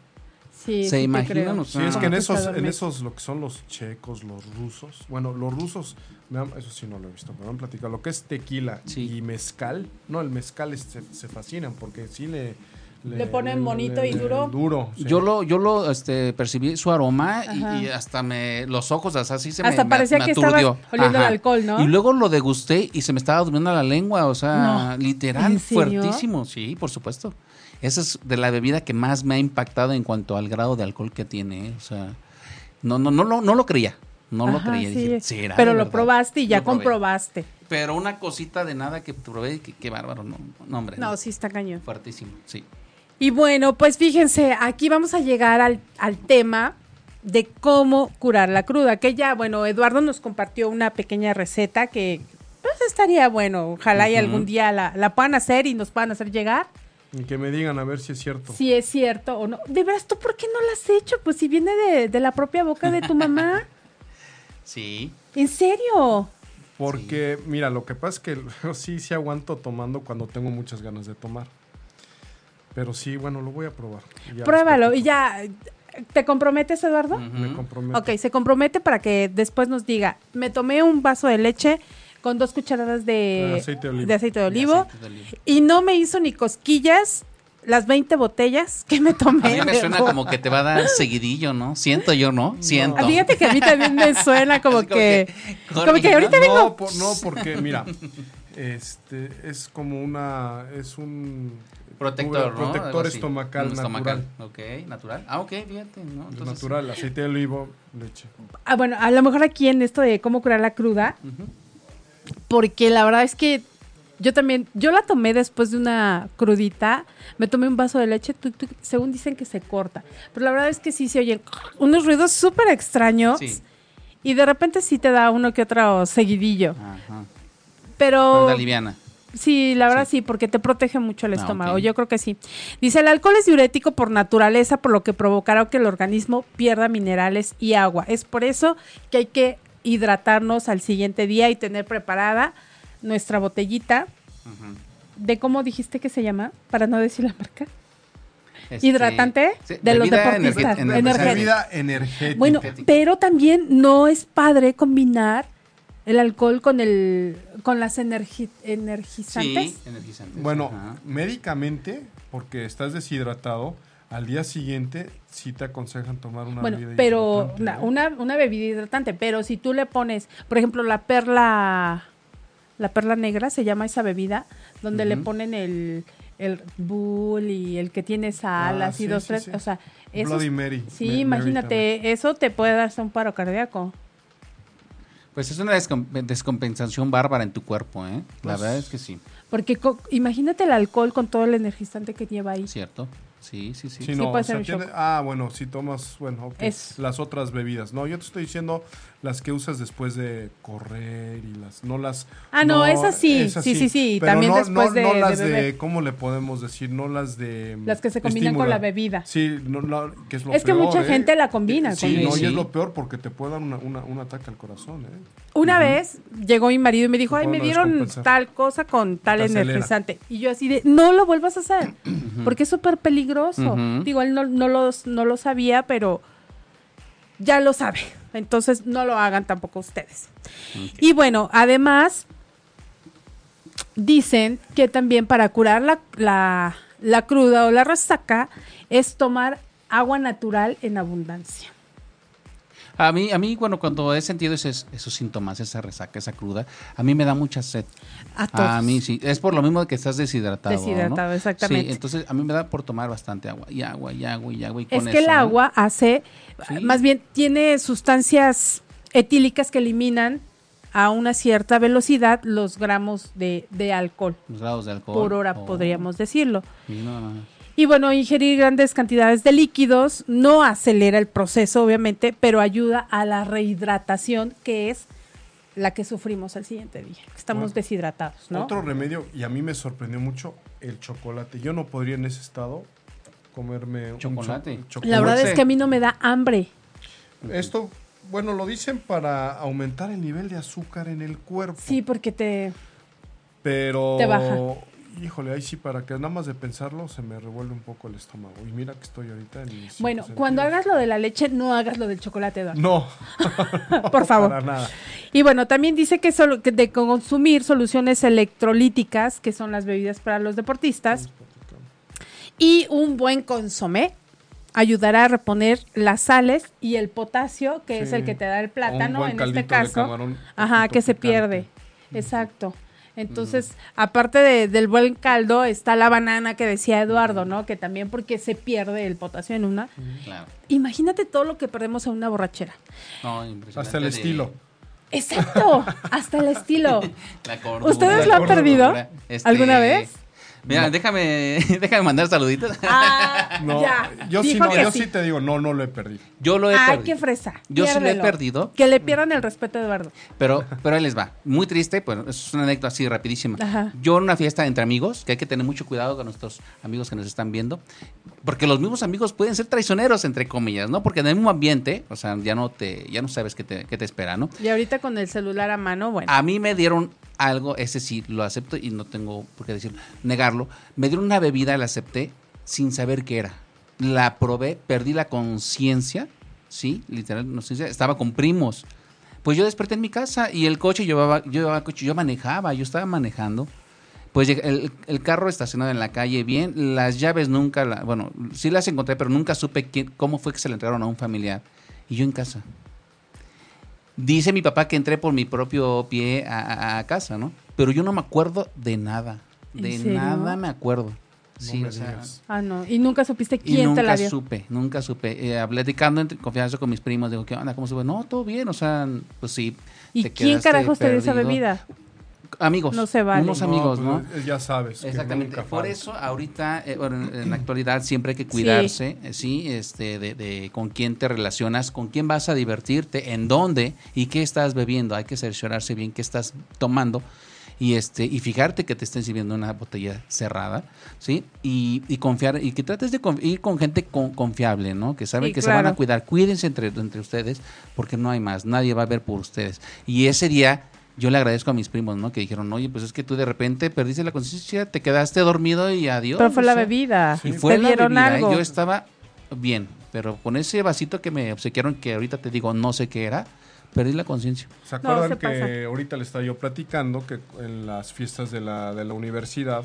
Sí, sí
¿Se
te
imaginan
creo.
los-
Sí, es que en
Ah.
esos,
Está
en
dormido.
esos, lo que son los checos, los rusos. Bueno, los rusos, me han- eso sí no lo he visto, pero me han platicado. Lo que es tequila
Sí.
y mezcal. No, el mezcal es- se, se fascinan porque sí le.
Le ponen bonito y duro.
Duro. sí.
Yo lo, yo lo este, percibí su aroma
Ajá.
y, y hasta me los ojos hasta así se me-
Hasta
me
parecía
me
que estabas
aturdió.
oliendo al alcohol, ¿no?
Y luego lo degusté y se me estaba durmiendo la lengua, o sea,
No.
literal,
¿En serio?
fuertísimo, sí, por supuesto. Esa es de la bebida que más me ha impactado en cuanto al grado de alcohol que tiene, ¿eh? o sea, no no no lo, no lo creía, no lo
Ajá,
creía,
sí.
dije, será.
Pero
de
lo
verdad?".
probaste y ya
Lo probé.
comprobaste.
Pero una cosita de nada que probé, que- qué bárbaro, no, no, hombre.
No, sí está cañón.
Fuertísimo, sí.
Y bueno, pues fíjense, aquí vamos a llegar al, al tema de cómo curar la cruda, que ya, bueno, Eduardo nos compartió una pequeña receta que pues estaría bueno, ojalá y
Ujú.
algún día la, la puedan hacer y nos puedan hacer llegar,
Y que me digan a ver si es cierto.
si es cierto o no. De veras, ¿tú por qué no la has hecho? Pues si viene de, de la propia boca de tu mamá.
Sí.
¿En serio?
Porque, mira, lo que pasa es que luego sí, sí aguanto tomando cuando tengo muchas ganas de tomar. Pero sí, bueno, lo voy a probar. Y ya
Pruébalo y
les platico.
ya. ¿Te comprometes, Eduardo?
Mm.
Me comprometo.
Ok, se compromete para que después nos diga, me tomé un vaso de leche con dos cucharadas de
De aceite de olivo.
aceite de
De
olivo,
aceite de olivo.
y no me hizo ni cosquillas las 20 botellas que me
A
tomé.
mí me suena como que te va a dar seguidillo, ¿no? Siento yo, ¿no? Siento.
Ah, Fíjate que a mí también me suena como
Así como
que...
que-
Como que
No,
ahorita
No,
vengo...
por- no, porque mira, este es como una, es un
Protector, ¿no? Algo
protector
así.
estomacal,
Un
natural,
Ok, natural. Ah, ok, fíjate, ¿no? Entonces,
natural, aceite de olivo, leche.
Ah, bueno, a lo mejor aquí en esto de cómo curar la cruda, porque la verdad es que yo también, yo la tomé después de una crudita, me tomé un vaso de leche, tuc, tuc, según dicen que se corta, pero la verdad es que sí se oyen unos ruidos súper extraños
Sí.
y de repente sí te da uno que otro seguidillo,
Ajá.
pero...
Onda liviana.
Sí, la verdad sí. porque te protege mucho el
Ah,
estómago.
ok.
Yo creo que sí. Dice, el alcohol es diurético por naturaleza, por lo que provocará que el organismo pierda minerales y agua. Es por eso que hay que hidratarnos al siguiente día y tener preparada nuestra botellita
Ujú.
de cómo dijiste que se llama, para no decir la marca.
Este,
Hidratante
sí,
de los
bebida
deportistas.
energe-
Energética.
Bebida
Eh,
energética.
Bueno,
Energética.
pero también no es padre combinar el alcohol con el con las energi- energizantes.
Sí, energizantes.
Bueno,
ajá.
médicamente, porque estás deshidratado, al día siguiente sí te aconsejan tomar una
Bueno,
bebida
pero
hidratante,
una,
¿eh?
una, una bebida hidratante, pero si tú le pones, por ejemplo, la perla, la perla negra se llama esa bebida, donde le
Ujú.
ponen el, el Red Bull y el que tiene sal,
Ah,
así
sí,
dos,
sí,
tres,
sí.
o sea, eso.
Bloody Mary.
Sí,
Ma- Mary
imagínate, eso te puede dar hasta un paro cardíaco.
Pues es una descom- descompensación bárbara en tu cuerpo, ¿eh? La
Pues-
verdad es que sí,
Porque co- imagínate el alcohol con todo el energizante que lleva ahí.
¿cierto? Sí, sí, sí.
Sí,
Sí
no,
puede
o sea,
ser un
tiene-
shock.
ah, bueno, si tomas, bueno, ok,
Es-
las otras bebidas. No, yo te estoy diciendo las que usas después de correr y las no las
Ah, no, esas sí, sí, sí, sí,
pero
también
no,
después
no,
de-
no
de
las
beber.
cómo le podemos decir, no las de mm,
Las que se combinan con la bebida.
Sí, no, no, que es lo
Es que
peor,
mucha
¿eh?
gente la combina
Sí,
con
no,
eso.
y es lo peor porque te puede dar una- una- un ataque al corazón, ¿eh?
Una vez llegó mi marido y me dijo,
Te
ay, me
pueden
dieron
descompensar.
tal cosa con tal
Te acelera.
energizante. Y yo así de, no lo vuelvas a hacer, porque es súper peligroso.
Ujú.
Digo, él no, no, lo, no lo sabía, pero ya lo sabe. Entonces no lo hagan tampoco ustedes. Y bueno, además, dicen que también para curar la, la- la cruda o la resaca es tomar agua natural en abundancia.
A mí, a mí bueno, cuando he sentido esos, esos síntomas, esa resaca, esa cruda, a mí me da mucha sed.
A todos.
Ah, A mí sí, es por lo mismo de que estás deshidratado. ¿no?
Deshidratado, exactamente.
Sí, entonces a mí me da por tomar bastante agua, y agua, y agua, y agua. Y
Es
con
que el
eso, ¿no?
agua hace,
Sí.
más bien tiene sustancias etílicas que eliminan a una cierta velocidad los gramos de, de alcohol
Los grados de alcohol.
por hora,
o-
podríamos decirlo.
y nada más.
Y bueno, ingerir grandes cantidades de líquidos no acelera el proceso, obviamente, pero ayuda a la rehidratación, que es la que sufrimos al siguiente día. que Estamos
Bueno.
deshidratados, ¿no?
Otro remedio, y a mí me sorprendió mucho, el chocolate. Yo no podría en ese estado comerme un
Chocolate.
cho- chocolate.
La verdad es
dulce.
que a mí no me da hambre.
Esto, bueno, lo dicen para aumentar el nivel de azúcar en el cuerpo.
Sí, porque te...
Pero.
Te baja.
Híjole, ahí sí, para que nada más de pensarlo se me revuelve un poco el estómago. Y mira que estoy ahorita en mis.
Bueno,
cinco
cuando
sentidos.
hagas lo de la leche, no hagas lo del chocolate, Eduardo.
No.
Por favor.
Para nada.
Y bueno, también dice que, solo, que de consumir soluciones electrolíticas, que son las bebidas para los deportistas, y un buen consomé ayudará a reponer las sales y el potasio, que es
Sí.
el que te da el
O
plátano
un
en
buen
este
caldito de
caso.
camarón,
ajá,
poquito
que se
picante.
pierde. Exacto. Entonces, aparte de- del buen caldo, está la banana que decía Eduardo, ¿no? Que también porque se pierde el potasio en una.
Claro.
Imagínate todo lo que perdemos en una borrachera.
No, impresionante
Hasta el
de-
estilo.
Exacto, hasta el estilo.
La cordura,
¿Ustedes
la
lo han
cordura.
perdido
Este,
alguna vez?
Mira, déjame, déjame mandar saluditos.
Ah,
No,
ya.
yo sí,
Dijo
no,
que
yo sí te digo, no, no lo he perdido.
Yo lo he
Ay,
perdido.
Ah, qué fresa.
Yo sí lo he
Piérdelo.
perdido.
Que le pierdan el respeto a Eduardo.
Pero, pero ahí les va. Muy triste, pero es una anécdota así rapidísima.
Ajá.
Yo en una fiesta entre amigos, que hay que tener mucho cuidado con nuestros amigos que nos están viendo, porque los mismos amigos pueden ser traicioneros, entre comillas, ¿no? Porque en el mismo ambiente, o sea, ya no te, ya no sabes qué te, qué te espera, ¿no?
Y ahorita con el celular a mano, bueno.
A mí me dieron algo, ese sí lo acepto y no tengo por qué decir, negarlo. Me dieron una bebida, la acepté sin saber qué era. La probé, perdí la conciencia, sí, literal, no sé, estaba con primos. Pues yo desperté en mi casa y el coche llevaba, yo llevaba coche, yo manejaba, yo estaba manejando. Pues llegué- el, el carro estacionado en la calle, bien, las llaves nunca, la- bueno, sí las encontré, pero nunca supe quién, cómo fue que se la entregaron a un familiar. Y yo en casa. Dice mi papá que entré por mi propio pie a, a- a casa, ¿no? Pero yo no me acuerdo de nada.
¿En
De
serio?
nada me acuerdo. sí,
me
o sea,
digas.
Ah, no. Y nunca supiste
y
quién te la
nunca
dio.
supe, nunca supe. Eh, platicando en confianza con mis primos, digo, ¿qué onda? ¿Cómo estuvo? No, todo bien, o sea, pues sí.
¿Y
te
quién
quedaste
carajos te dio esa
perdido.
bebida?
Amigos.
No se vale.
Unos amigos,
pues,
¿no?
eh, Ya sabes. que
Exactamente.
nunca
Por
falta.
eso ahorita, eh, bueno, en en la actualidad siempre hay que cuidarse, eh, sí, este, de, de con quién te relacionas, con quién vas a divertirte, en dónde y qué estás bebiendo. Hay que cerciorarse bien qué estás tomando y este y fijarte que te estén sirviendo una botella cerrada, sí, y, y confiar y que trates de conf- ir con gente con- confiable, ¿no? Que saben
Sí,
que se van
claro.
a cuidar. Cuídense entre, entre ustedes porque no hay más, nadie va a ver por ustedes. Y ese día yo le agradezco a mis primos, ¿no? Que dijeron, oye, pues es que tú de repente perdiste la conciencia, te quedaste dormido y adiós.
Pero fue
o
la
sea,
bebida.
Y fue
te
la
dieron
bebida, ¿eh?
algo.
Yo estaba bien, pero con ese vasito que me obsequiaron, que ahorita te digo, no sé qué era, perdí la conciencia.
¿Se
No,
acuerdan
se
que
pasa.
ahorita le estaba yo platicando que en las fiestas de la, de la universidad,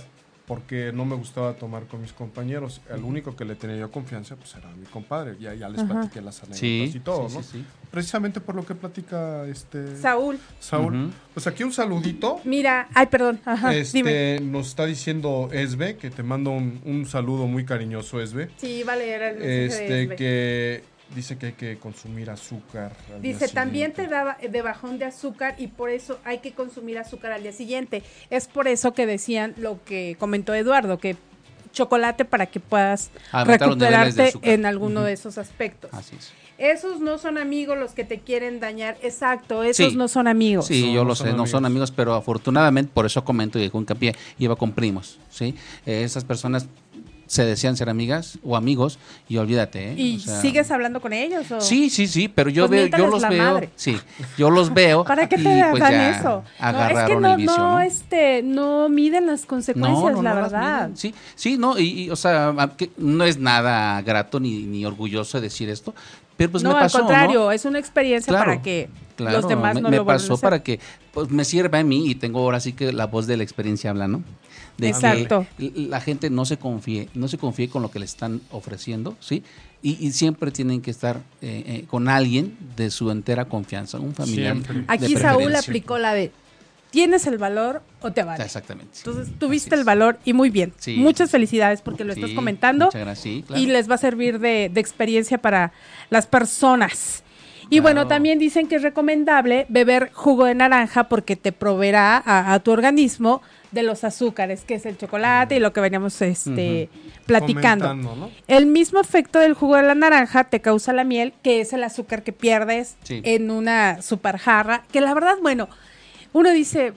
porque no me gustaba tomar con mis compañeros, el único que le tenía yo confianza pues era mi compadre, ya, ya les
Ajá.
platiqué las anécdotas y todo,
sí,
¿no?
sí, sí.
Precisamente por lo que platica este Saúl.
Saúl,
Ujú.
Pues aquí un saludito.
mira. Ay, perdón. Ajá, dime.
este, nos está diciendo Esbe, que te mando un, un saludo muy cariñoso, Esbe.
Sí, vale, era el mensaje de
Este,
Esbe.
que dice que hay que consumir azúcar. al día
Dice, también
siguiente".
te daba eh, de bajón de azúcar y por eso hay que consumir azúcar al día siguiente. Es por eso que decían lo que comentó Eduardo, que chocolate para que puedas
Aumentar los niveles de
recuperarte
azúcar.
en alguno de esos aspectos.
Así es.
Esos no son amigos los que te quieren dañar. Exacto, esos
Sí.
no son amigos.
No,
Sí, yo
no
lo
son
sé, no son
amigos.
amigos, pero afortunadamente, por eso comento y con hincapié, iba con primos, ¿sí? Eh, esas personas se decían ser amigas o amigos y olvídate, ¿eh?
¿Y
O sea,
sigues hablando con ellos? o?
Sí, sí, sí, pero yo
Pues
veo, yo
miéntales
los
la
veo,
madre.
sí, yo los veo
¿Para qué
y,
te
pues,
hagan
ya
eso?
Agarraron
no,
el vicio,
no,
¿no?
este, no miden las consecuencias, la
las
verdad.
miden. Sí, sí, no, y, y, o sea, a- que no es nada grato ni, ni orgulloso decir esto, pero pues
no,
me pasó,
al
¿no?
contrario, es una experiencia
Claro,
para que
Claro,
los demás
me,
no
me
lo vuelvan a
pasó
hacer.
para que pues, me sirva a mí y tengo ahora sí que la voz de la experiencia habla, ¿no? De
Exacto.
que l- la gente no se confíe, no se confíe con lo que le están ofreciendo, ¿sí? Y, y siempre tienen que estar eh, eh, con alguien de su entera confianza, un familiar.
Siempre.
de
Aquí Saúl
preferencia.
aplicó la de tienes el valor o te vale.
Exactamente.
Entonces
Así
tuviste
es.
el valor y muy bien.
Sí.
Muchas felicidades porque lo estás
Sí,
comentando
muchas gracias, sí, claro.
y les va a servir de, de experiencia para las personas. Y bueno,
Claro.
también dicen que es recomendable beber jugo de naranja porque te proveerá a, a tu organismo de los azúcares, que es el chocolate y lo que veníamos este, platicando.
Comentando, ¿no?
El mismo efecto del jugo de la naranja te causa la miel, que es el azúcar que pierdes
Sí.
en una super jarra. Que la verdad, bueno, uno dice,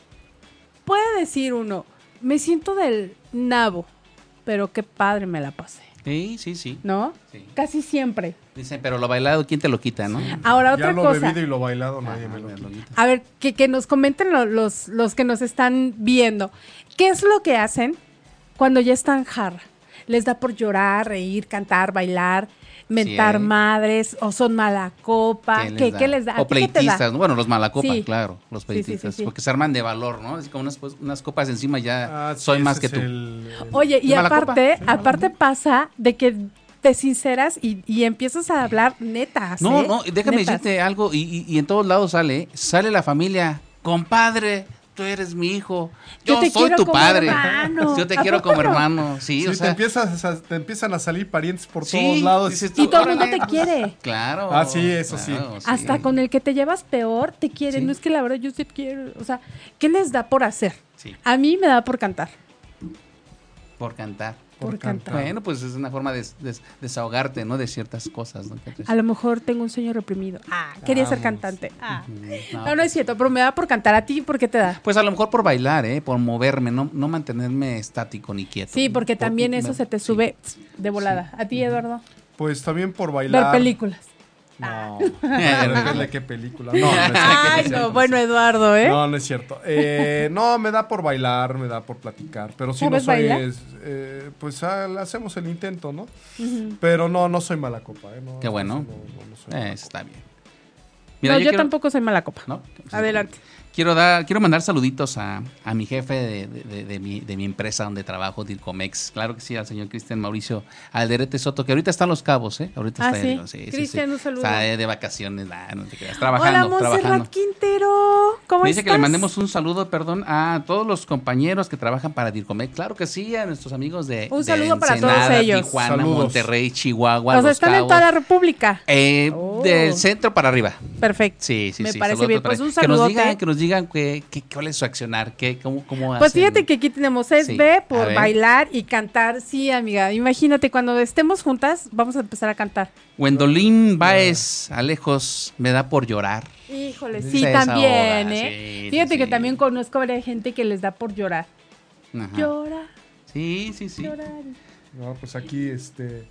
puede decir uno, me siento del nabo, pero qué padre me la pasé,
Sí, sí, sí.
¿no?
Sí.
Casi siempre.
Dicen, pero lo bailado, ¿quién te lo quita, no?
Ahora
ya
otra
lo
cosa.
bebido y lo bailado nadie
Ah,
me lo
me lo
quita.
quita.
A ver, que, que nos comenten lo- los, los que nos están viendo. ¿Qué es lo que hacen cuando ya están jarra? ¿Les da por llorar, reír, cantar, bailar, mentar
Sí, ¿eh?
madres? ¿O son mala copa?
¿Qué les
¿Qué,
da?
qué les da? ¿A
O
ti qué te da?
pleitistas, ¿no? bueno, los malacopas,
Sí.
claro, los
Sí, sí, sí,
pleitistas,
sí.
porque se arman de valor, ¿no? Así como unas, pues, unas copas encima ya
Ah, sí,
soy más
ese
que
es
tú.
el-
Oye, y
¿De mala copa?
aparte,
Sí, mala
aparte pasa de que te sinceras y, y empiezas a hablar netas.
No,
¿eh?
no, déjame
Netas.
decirte algo, y, y- y en todos lados sale, ¿eh? sale la familia, compadre, tú eres mi hijo,
Yo
yo,
te
soy
quiero
tu
como
padre,
hermano.
yo te
¿A
quiero como
poco no?
hermano, sí,
Sí,
o
te,
sea,
empiezas a- te empiezan a salir parientes por
sí,
todos lados.
dices
Y
tú,
todo el mundo
órale,
te quiere.
Claro.
Ah, sí, eso sí.
claro,
Hasta con el que te llevas peor te quieren.
Sí.
No es que la verdad yo sí quiero. O sea, ¿qué les da por hacer?
Sí,
A mí me da por cantar.
por cantar.
Por,
Por
cantar.
cantar.
Bueno, pues es una forma de, de- desahogarte, ¿no? De ciertas cosas, ¿no? Que te-
A lo mejor tengo un sueño reprimido. Ah, quería ser
Vamos.
cantante. Ah.
Mm, No,
No, no es cierto, pero me da por cantar a ti porque te da.
Pues a lo mejor por bailar, ¿eh? por moverme, no, no mantenerme estático ni quieto.
Sí, porque
Por-
también eso
me-
se te
sí.
sube de volada. A ti, Eduardo,
Pues también por bailar.
ver películas.
No.
Ah.
Depende de qué película. No, no es
Ay,
cierto,
no,
no es
bueno, Eduardo, ¿eh?
cierto. No, no es cierto. Eh, no, me da por bailar, me da por platicar. Pero si no
¿Sabes
soy.
bailar?
es- eh, pues ah, hacemos el intento, ¿no?
Ujú.
Pero no, no soy mala copa. ¿eh? No,
Qué bueno.
No, no, no soy
Eh,
mala
está bien.
no, yo,
quiero-
tampoco soy mala copa.
¿no? pues,
Adelante.
Quiero dar, quiero mandar saluditos a, a mi jefe de, de- de- de mi, de mi empresa donde trabajo, Dircomex. Claro que sí, al señor Cristian Mauricio Alderete Soto, que ahorita está en Los Cabos, ¿eh? Ahorita
Ah,
está
sí.
en-
Cristian, un saludo.
Está de vacaciones, nah, no te creas. Trabajando,
Hola,
trabajando.
Montserrat Quintero. ¿Cómo
Me dice que
estás?
le mandemos un saludo, perdón, a todos los compañeros que trabajan para Dircomex. Claro que sí, a nuestros amigos de,
Un
de
saludo para todos
Ensenada,
ellos.
Tijuana,
Saludos.
Monterrey, Chihuahua,
O sea,
Los
están en
Cabos.
toda la República.
Eh,
Oh.
Del centro para arriba.
Perfecto.
Sí, sí,
Me
sí.
parece
saludos
bien.
para-
Pues un
que nos
saludote.
digan, que nos digan que, que- cuál es su accionar, que, cómo, cómo
Pues
hacen.
fíjate que aquí tenemos es
Sí,
B
a
por
ver.
bailar y cantar. Sí, amiga, imagínate cuando estemos juntas vamos a empezar a cantar.
Wendolín Baez, Alejos, me da por llorar.
Híjole,
Se
sí,
desahoga,
también,
sí,
¿eh?
sí,
Fíjate que
sí.
también conozco a varias gente que les da por llorar.
Ajá.
Llora,
Sí, sí, sí.
llorar.
copa. No, pues aquí, este.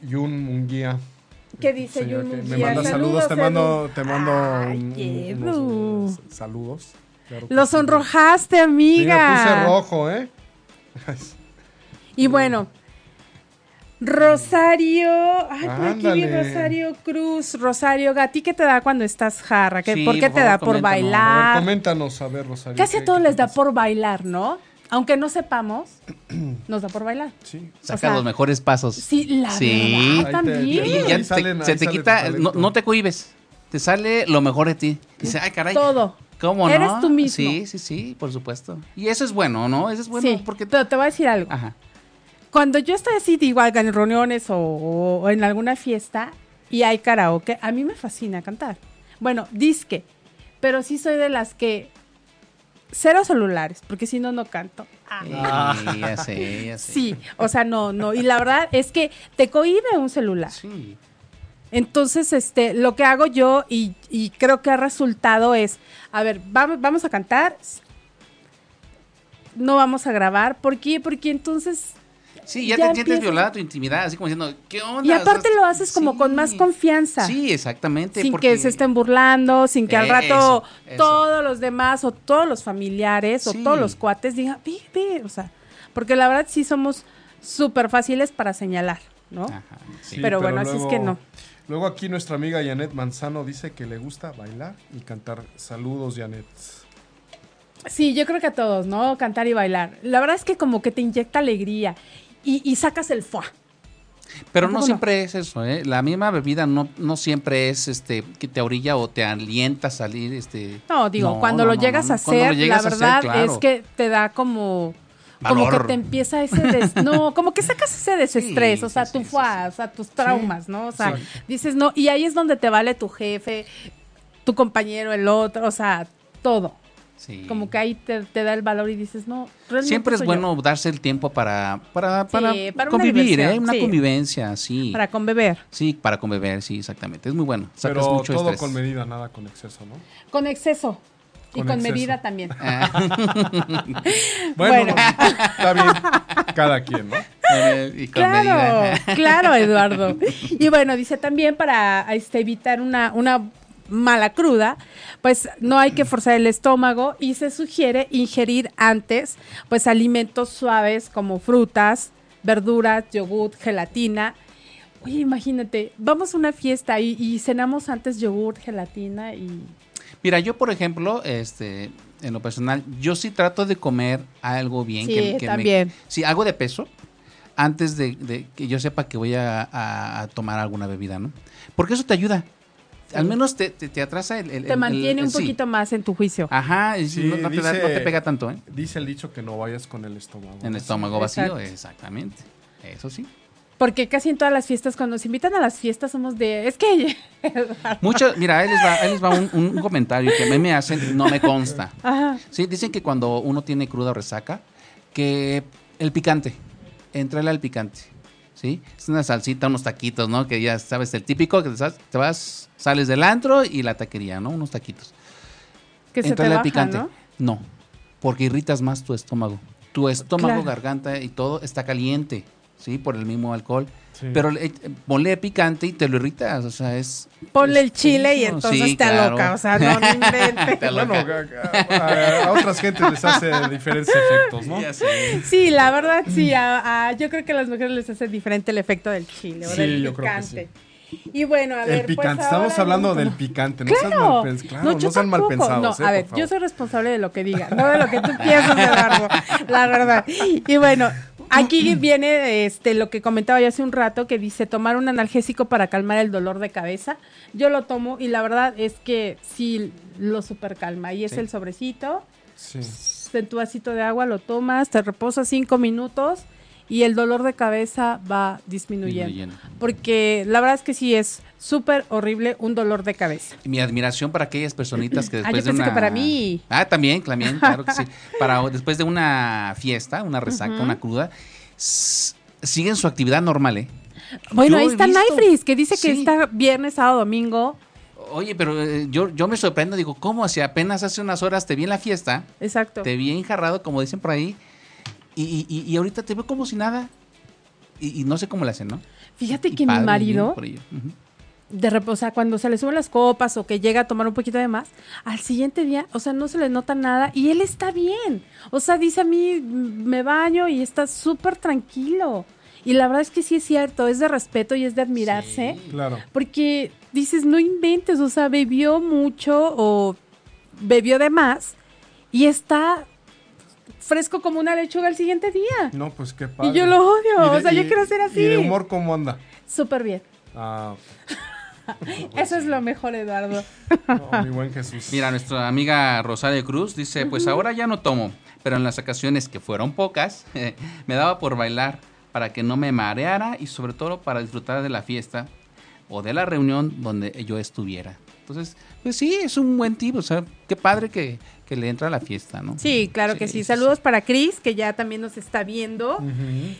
Yun Munguía.
¿Qué dice
Señora
Yun
que Me
Munguía?
manda saludos, te
Saludos,
mando,
Edu.
te mando
Ay,
un-
qué
unos,
bru.
unos saludos. claro que
Los
sí.
sonrojaste,
Sí, me puse
amiga.
rojo, ¿eh?
Y bueno, Rosario, ay, por aquí vi
Ándale.
Rosario Cruz, Rosario, ¿a ti qué te da cuando estás jarra? ¿Qué-
Sí,
¿Por qué
por
te da
favor,
por
coméntanos.
A ver,
bailar?
coméntanos, a ver, Rosario.
Ah. Casi
¿qué-
a todos
qué
les da
pasa?
por bailar, ¿no? Aunque no sepamos, nos da por bailar.
Sí.
Saca
O sea,
los mejores pasos.
Sí, la
Sí.
verdad
Ahí te-
también.
Y ya
Ahí
te-
salen-
se
ahí
te
sale tu
quita, no,
talento.
no te cohibes. Te sale lo mejor de ti. Dice, ay, caray.
Todo.
¿Cómo no?
Eres tú mismo.
Sí, sí, sí, por supuesto. Y eso es bueno, ¿no? Eso es bueno
sí,
porque. Ah.
pero te voy a decir algo.
Ajá.
Cuando yo estoy así, igual en reuniones o, o en alguna fiesta y hay karaoke, a mí me fascina cantar. Bueno, disque, pero sí soy de las que cero celulares, porque si no, no canto. Ah.
Sí, ya sé, ya sé.
Sí, o sea, no, no. Y la verdad es que te cohibe un celular.
Sí.
Entonces, este, lo que hago yo y, y creo que ha resultado es, a ver, vamos, vamos a cantar, no vamos a grabar, ¿por qué? Porque entonces...
Sí, ya,
Ya
te sientes
empieza.
violada tu intimidad, así como diciendo, ¿qué onda?
Y aparte lo haces como
Sí.
con más confianza.
Sí, exactamente.
Sin
porque-
que se estén burlando, sin que al
Eh,
rato
eso, eso.
todos los demás o todos los familiares
Sí.
o todos los cuates digan, "Ve, ve", o sea, porque la verdad sí somos súper fáciles para señalar, ¿no?
Ajá, sí.
Pero bueno, así es que no.
Luego aquí nuestra amiga Janet Manzano dice que le gusta bailar y cantar. Saludos, Janet.
Sí, yo creo que a todos, ¿no? Cantar y bailar. La verdad es que como que te inyecta alegría y, y sacas el foie.
Pero
Un
no
poco no.
siempre es eso, ¿eh? La misma bebida no, no siempre es este que te orilla o te alienta a salir, este.
No, digo, cuando,
no,
lo
no,
llegas
no,
a
cuando lo
hacer,
llegas a
la
hacer,
verdad
claro.
es que te da como... Como
Valor.
que te empieza ese des- no, como que sacas ese desestrés,
Sí,
o sea,
sí,
tu
sí, sí,
foie,
sí.
o sea, tus traumas, ¿no? O sea,
Exacto.
dices no, y ahí es donde te vale tu jefe, tu compañero, el otro, o sea, todo.
Sí.
Como que ahí te, te da el valor y dices, no, realmente
Siempre es
soy yo.
bueno darse el tiempo para, para,
para
para,
una
convivir,
diversión,
¿eh? Una
sí.
convivencia, sí.
para conbeber.
Sí, para convivir, sí, exactamente. Es muy bueno. Sacas
Pero
mucho
todo
estrés.
con medida, nada con exceso, ¿no?
Con exceso. y
Con
con
exceso.
medida también.
Ah,
Bueno,
Bueno.
está bien. Cada quien, ¿no?
Eh, y con medida.
Claro, claro, Eduardo. Y bueno, dice también para este, evitar una, una mala cruda, pues no hay que forzar el estómago y se sugiere ingerir antes pues alimentos suaves como frutas, verduras, yogur, gelatina. Oye, imagínate, vamos a una fiesta y, y cenamos antes yogur, gelatina y...
Mira, yo por ejemplo, este, en lo personal, yo sí trato de comer algo bien.
Sí,
me-
también.
sí, algo de peso. Antes de, de que yo sepa que voy a, a- a tomar alguna bebida, ¿no? Porque eso te ayuda. Al menos te, te, te atrasa el... el-
Te
el-
mantiene
el-
un
sí.
poquito más en tu juicio.
Ajá, y
Sí,
no, no te da-
dice-
no te pega tanto, ¿eh?
Dice el dicho que no vayas con el estómago.
En el
¿no?
estómago vacío,
Exacto.
exactamente. Eso sí.
Porque casi en todas las fiestas, cuando nos invitan a las fiestas, somos de... Es que...
Muchas, mira, ahí les va, ahí les va un, un- un comentario que a mí me hacen, no me consta.
Ajá.
Sí, dicen que cuando uno tiene cruda o resaca, que el picante, entrale al picante, ¿sí? Es una salsita, unos taquitos, ¿no? Que ya sabes, el típico, que te sal- te vas, sales del antro y la taquería, ¿no? Unos taquitos.
Que se te
Entrale al
baja,
picante.
¿no?
No, porque irritas más tu estómago. Tu estómago,
Claro.
garganta y todo está caliente, ¿sí? Por el mismo alcohol.
Sí.
Pero le- eh, ponle picante y te lo irritas, o sea, es...
Ponle
Pues,
es-
el chile y
no,
entonces
sí,
te
claro.
aloca, o sea, no, no inventes.
Te
Bueno,
aloca.
a, a- a otras gentes les hace diferentes efectos, ¿no?
Ya sé.
Sí, la verdad, sí, a- a- yo creo que a las mujeres les hace diferente el efecto del chile o
Sí,
del
yo creo que
picante. Y bueno, a ver,
El picante,
pues
estamos
ahora
hablando
vamos
del
con-
picante, no sean
Claro,
mal, pens- claro,
no,
no
yo
sean mal
tampoco.
pensados.
No, a
eh,
ver,
por
yo
favor.
soy responsable de lo que diga, no de lo que tú piensas, Eduardo. La verdad. Y bueno, aquí viene este lo que comentaba yo hace un rato que dice tomar un analgésico para calmar el dolor de cabeza. Yo lo tomo y la verdad es que sí lo super calma y es
Sí.
el sobrecito
Sí.
en tu vasito de agua, lo tomas, te reposas cinco minutos y el dolor de cabeza va disminuyendo.
Disminuyendo.
Porque la verdad es que sí es súper horrible un dolor de cabeza.
Mi admiración para aquellas personitas que
Ah, yo
después de
pensé
una...
que para mí.
Ah, también, también, claro que sí. Para después de una fiesta, una resaca, una cruda, s- siguen su actividad normal, ¿eh?
Bueno,
Yo
ahí
he
está
visto-
Naifris, que dice que
Sí.
está viernes, sábado, domingo.
Oye, pero eh, yo, yo me sorprendo, digo, ¿cómo? Si apenas hace unas horas te vi en la fiesta,
Exacto.
te vi enjarrado, como dicen por ahí, y, y- y ahorita te veo como si nada. Y, y no sé cómo le hacen, ¿no?
Fíjate
Y
que mi
padre, bien
marido,
por ello. Ujú.
de rep- o sea, cuando se le suben las copas o que llega a tomar un poquito de más, al siguiente día, o sea, no se le nota nada y él está bien. O sea, dice a mí, "Mm, me baño y está súper tranquilo. Y la verdad es que sí es cierto, es de respeto y es de admirarse.
Sí.
Claro.
Porque dices, no inventes, o sea, bebió mucho o bebió de más y está fresco como una lechuga al siguiente día.
No, pues qué padre.
Y yo lo odio,
Y de-
o sea, yo
y-
quiero ser así.
¿Y de humor cómo anda?
Súper bien.
Ah, Pues
Eso es lo mejor, Eduardo.
no, oh, mi buen Jesús.
Mira, nuestra amiga Rosario Cruz dice, pues ahora ya no tomo, pero en las ocasiones que fueron pocas, me daba por bailar para que no me mareara y sobre todo para disfrutar de la fiesta o de la reunión donde yo estuviera. Entonces, pues sí, es un buen tipo. O sea, qué padre que, que le entra a la fiesta, ¿no?
Sí, claro que sí. Saludos para Cris, que ya también nos está viendo.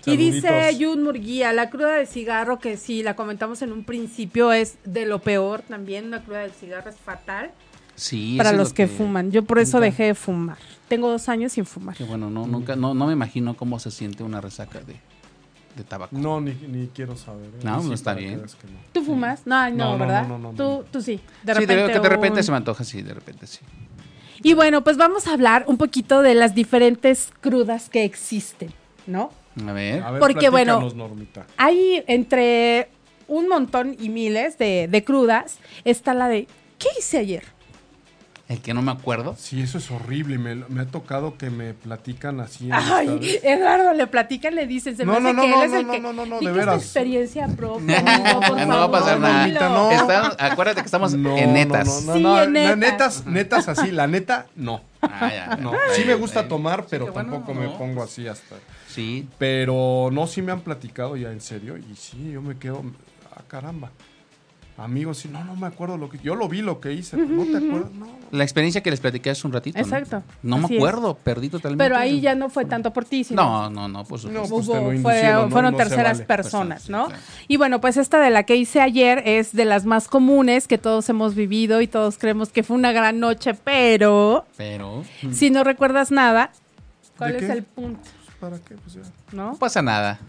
Y dice Jun Murguía, la cruda de cigarro, que sí, la comentamos en un principio, es de lo peor también. Una cruda de cigarro es fatal
Sí,
para
eso es
los
lo
que, fuman. Yo por eso
nunca-
dejé de fumar. Tengo dos años sin fumar.
Que bueno, no, nunca, no, no me imagino cómo se siente una resaca de, de tabaco.
No, ni, ni quiero saber. ¿eh?
No,
Sí,
no está
para que
bien.
veas que no.
¿Tú fumas? No, ay, no,
No, no,
¿verdad?
no, no, no,
tú,
no.
tú sí.
sí, de, que de repente
un-
se me antoja, sí, de repente sí.
Y bueno, pues vamos a hablar un poquito de las diferentes crudas que existen, ¿no?
A ver.
A ver,
Porque, bueno,
platícanos, Normita.
Hay entre un montón y miles de, de crudas, está la de ¿qué hice ayer?
El que no me acuerdo.
Sí, eso es horrible. Me, lo- me ha tocado que me platican así. en
Ay,
amistades.
Eduardo, le platican, le dicen, se me
No,
hace
no,
que
no,
él es
no,
el
no,
que...
no, no, no,
Di
de
que es tu
veras.
experiencia propia,
No,
amigo, por
no va a pasar
favor,
nada.
dilo.
No.
Está- acuérdate que estamos
No,
en
no,
netas.
No, no,
Sí,
no,
en
no,
netas.
netas, netas así. La neta, no.
Ah, ya,
No,
está
sí
bien,
me
está
gusta
bien.
tomar, pero
Sí, que bueno,
tampoco me
no.
pongo así hasta.
Sí,
Pero no, sí me han platicado ya en serio. Y sí, yo me quedo. Ah, caramba. Amigos, sí, no, no me acuerdo lo que. Yo lo vi lo que hice, pero no te acuerdas. No,
la experiencia que les platiqué hace un ratito. ¿no?
Exacto,
No,
así
me
es.
acuerdo, perdí totalmente.
Pero ahí ya no fue tanto por ti, sino
No, no, no, por supuesto.
pues,
Hubo-
te lo
fue-
inducieron, ¿no?
fueron
No se
terceras
vale.
personas,
Exacto,
¿no?
sí, claro.
Y bueno, pues esta de la que hice ayer es de las más comunes que todos hemos vivido y todos creemos que fue una gran noche, pero
Pero
si no recuerdas nada, ¿cuál
Mm. ¿De
es
qué?
el punto,
Pues, ¿Para qué? Pues ya.
no?
no pasa nada.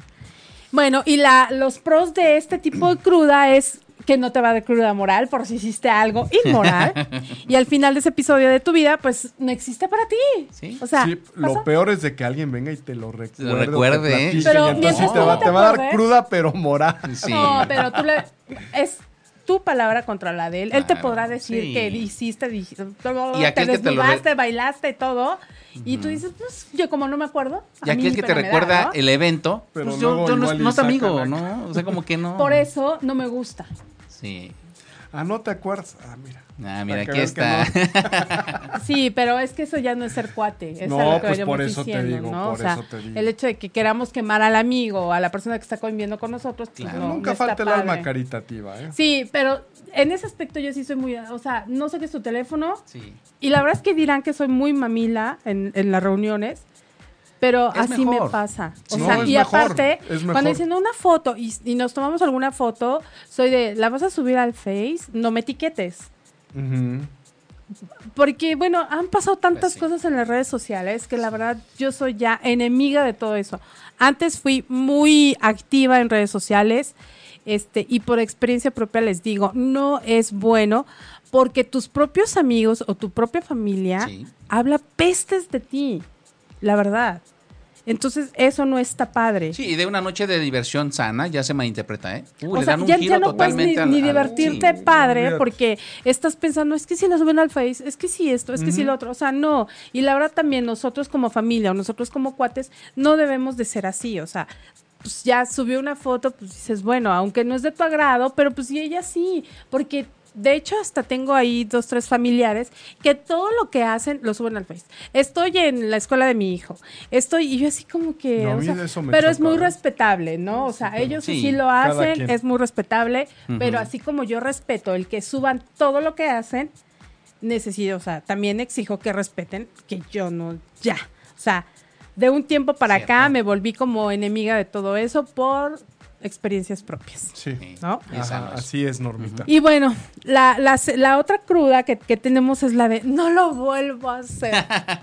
Bueno, y la, los pros de este tipo de cruda es que no te va de cruda moral por si hiciste algo inmoral y al final de ese episodio de tu vida, pues no existe para ti.
Sí.
O sea,
sí,
pasó.
lo peor es de que alguien venga y te lo recuerde. o te
recuerde, ¿eh?
platique,
Pero
y entonces
mientras
te
tú
va,
te
te va a dar
acuerdes-
cruda, pero moral.
Sí.
No, pero tú le. Es tu palabra contra la de él. Él te
Claro,
podrá decir
sí.
que hiciste, dijiste,
Y
te
aquel que te lo
desnudaste,
re-
bailaste y todo. Y tú dices, pues yo como no me acuerdo. a
Ya
mí
que el
ni
que te
pena me da,
recuerda
¿no?
el evento,
Pero
pues
luego
yo, yo no,
igual y
no es
sacan
amigo,
acá.
¿no? O sea, como que no.
Por eso no me gusta.
Sí.
Ah, no te acuerdas. Ah, mira.
Ah, mira,
Para que
aquí
veas que
está.
Sí, pero es que eso ya no es ser cuate. Es
No,
algo que
pues,
veníamos
por eso te
diciendo,
digo,
¿no?
por
o sea,
eso te digo.
el hecho de que queramos quemar al amigo o a la persona que está conviviendo con nosotros, pues,
Claro.
no,
Nunca
no está
falta el alma
padre.
caritativa, ¿eh?
Sí, pero en ese aspecto yo sí soy muy. O sea, no saques tu teléfono.
Sí.
Y la verdad es que dirán que soy muy mamila en, en las reuniones, pero
Es
así me
mejor.
pasa. O
Sí.
sea,
No, es
y
mejor,
aparte,
es mejor.
cuando dicen una foto y, y nos tomamos alguna foto, soy de, ¿la vas a subir al Face? No me etiquetes.
Ujú.
Porque, bueno, han pasado tantas
Pues sí.
cosas en las redes sociales que la verdad yo soy ya enemiga de todo eso. Antes fui muy activa en redes sociales este, y por experiencia propia les digo, no es bueno porque tus propios amigos o tu propia familia
Sí.
habla pestes de ti, la verdad. Entonces eso no está padre.
Sí, y de una noche de diversión sana ya se malinterpreta, ¿eh? Uy,
O
le
sea,
dan un
ya,
giro
ya no puedes
totalmente
ni,
al-
ni
al-
divertirte
sí.
padre
olvídate.
porque estás pensando, es que si lo suben al Face, es que si esto, es que si lo otro, o sea, no. Y la verdad también nosotros como familia o nosotros como cuates no debemos de ser así, o sea, pues ya subió una foto, pues dices, bueno, aunque no es de tu agrado, pero pues y ella sí, porque... De hecho, hasta tengo ahí dos, tres familiares que todo lo que hacen lo suben al Face. Estoy en la escuela de mi hijo. Estoy, y yo así como que.
No, a
o
mí
sea,
eso me
pero es
choca,
muy
¿eh?
respetable, ¿no? O sea, ellos sí,
Sí,
lo
cada
hacen,
quien.
es muy respetable,
Ujú.
pero así como yo respeto el que suban todo lo que hacen, necesito, o sea, también exijo que respeten que yo no, ya. O sea, de un tiempo para acá
Cierto.
me volví como enemiga de todo eso por experiencias propias,
Sí.
Sí.
¿no?
Ajá,
Esa no es.
así es, Normita.
Y bueno, la, la, la otra cruda que, que tenemos es la de no lo vuelvo a hacer.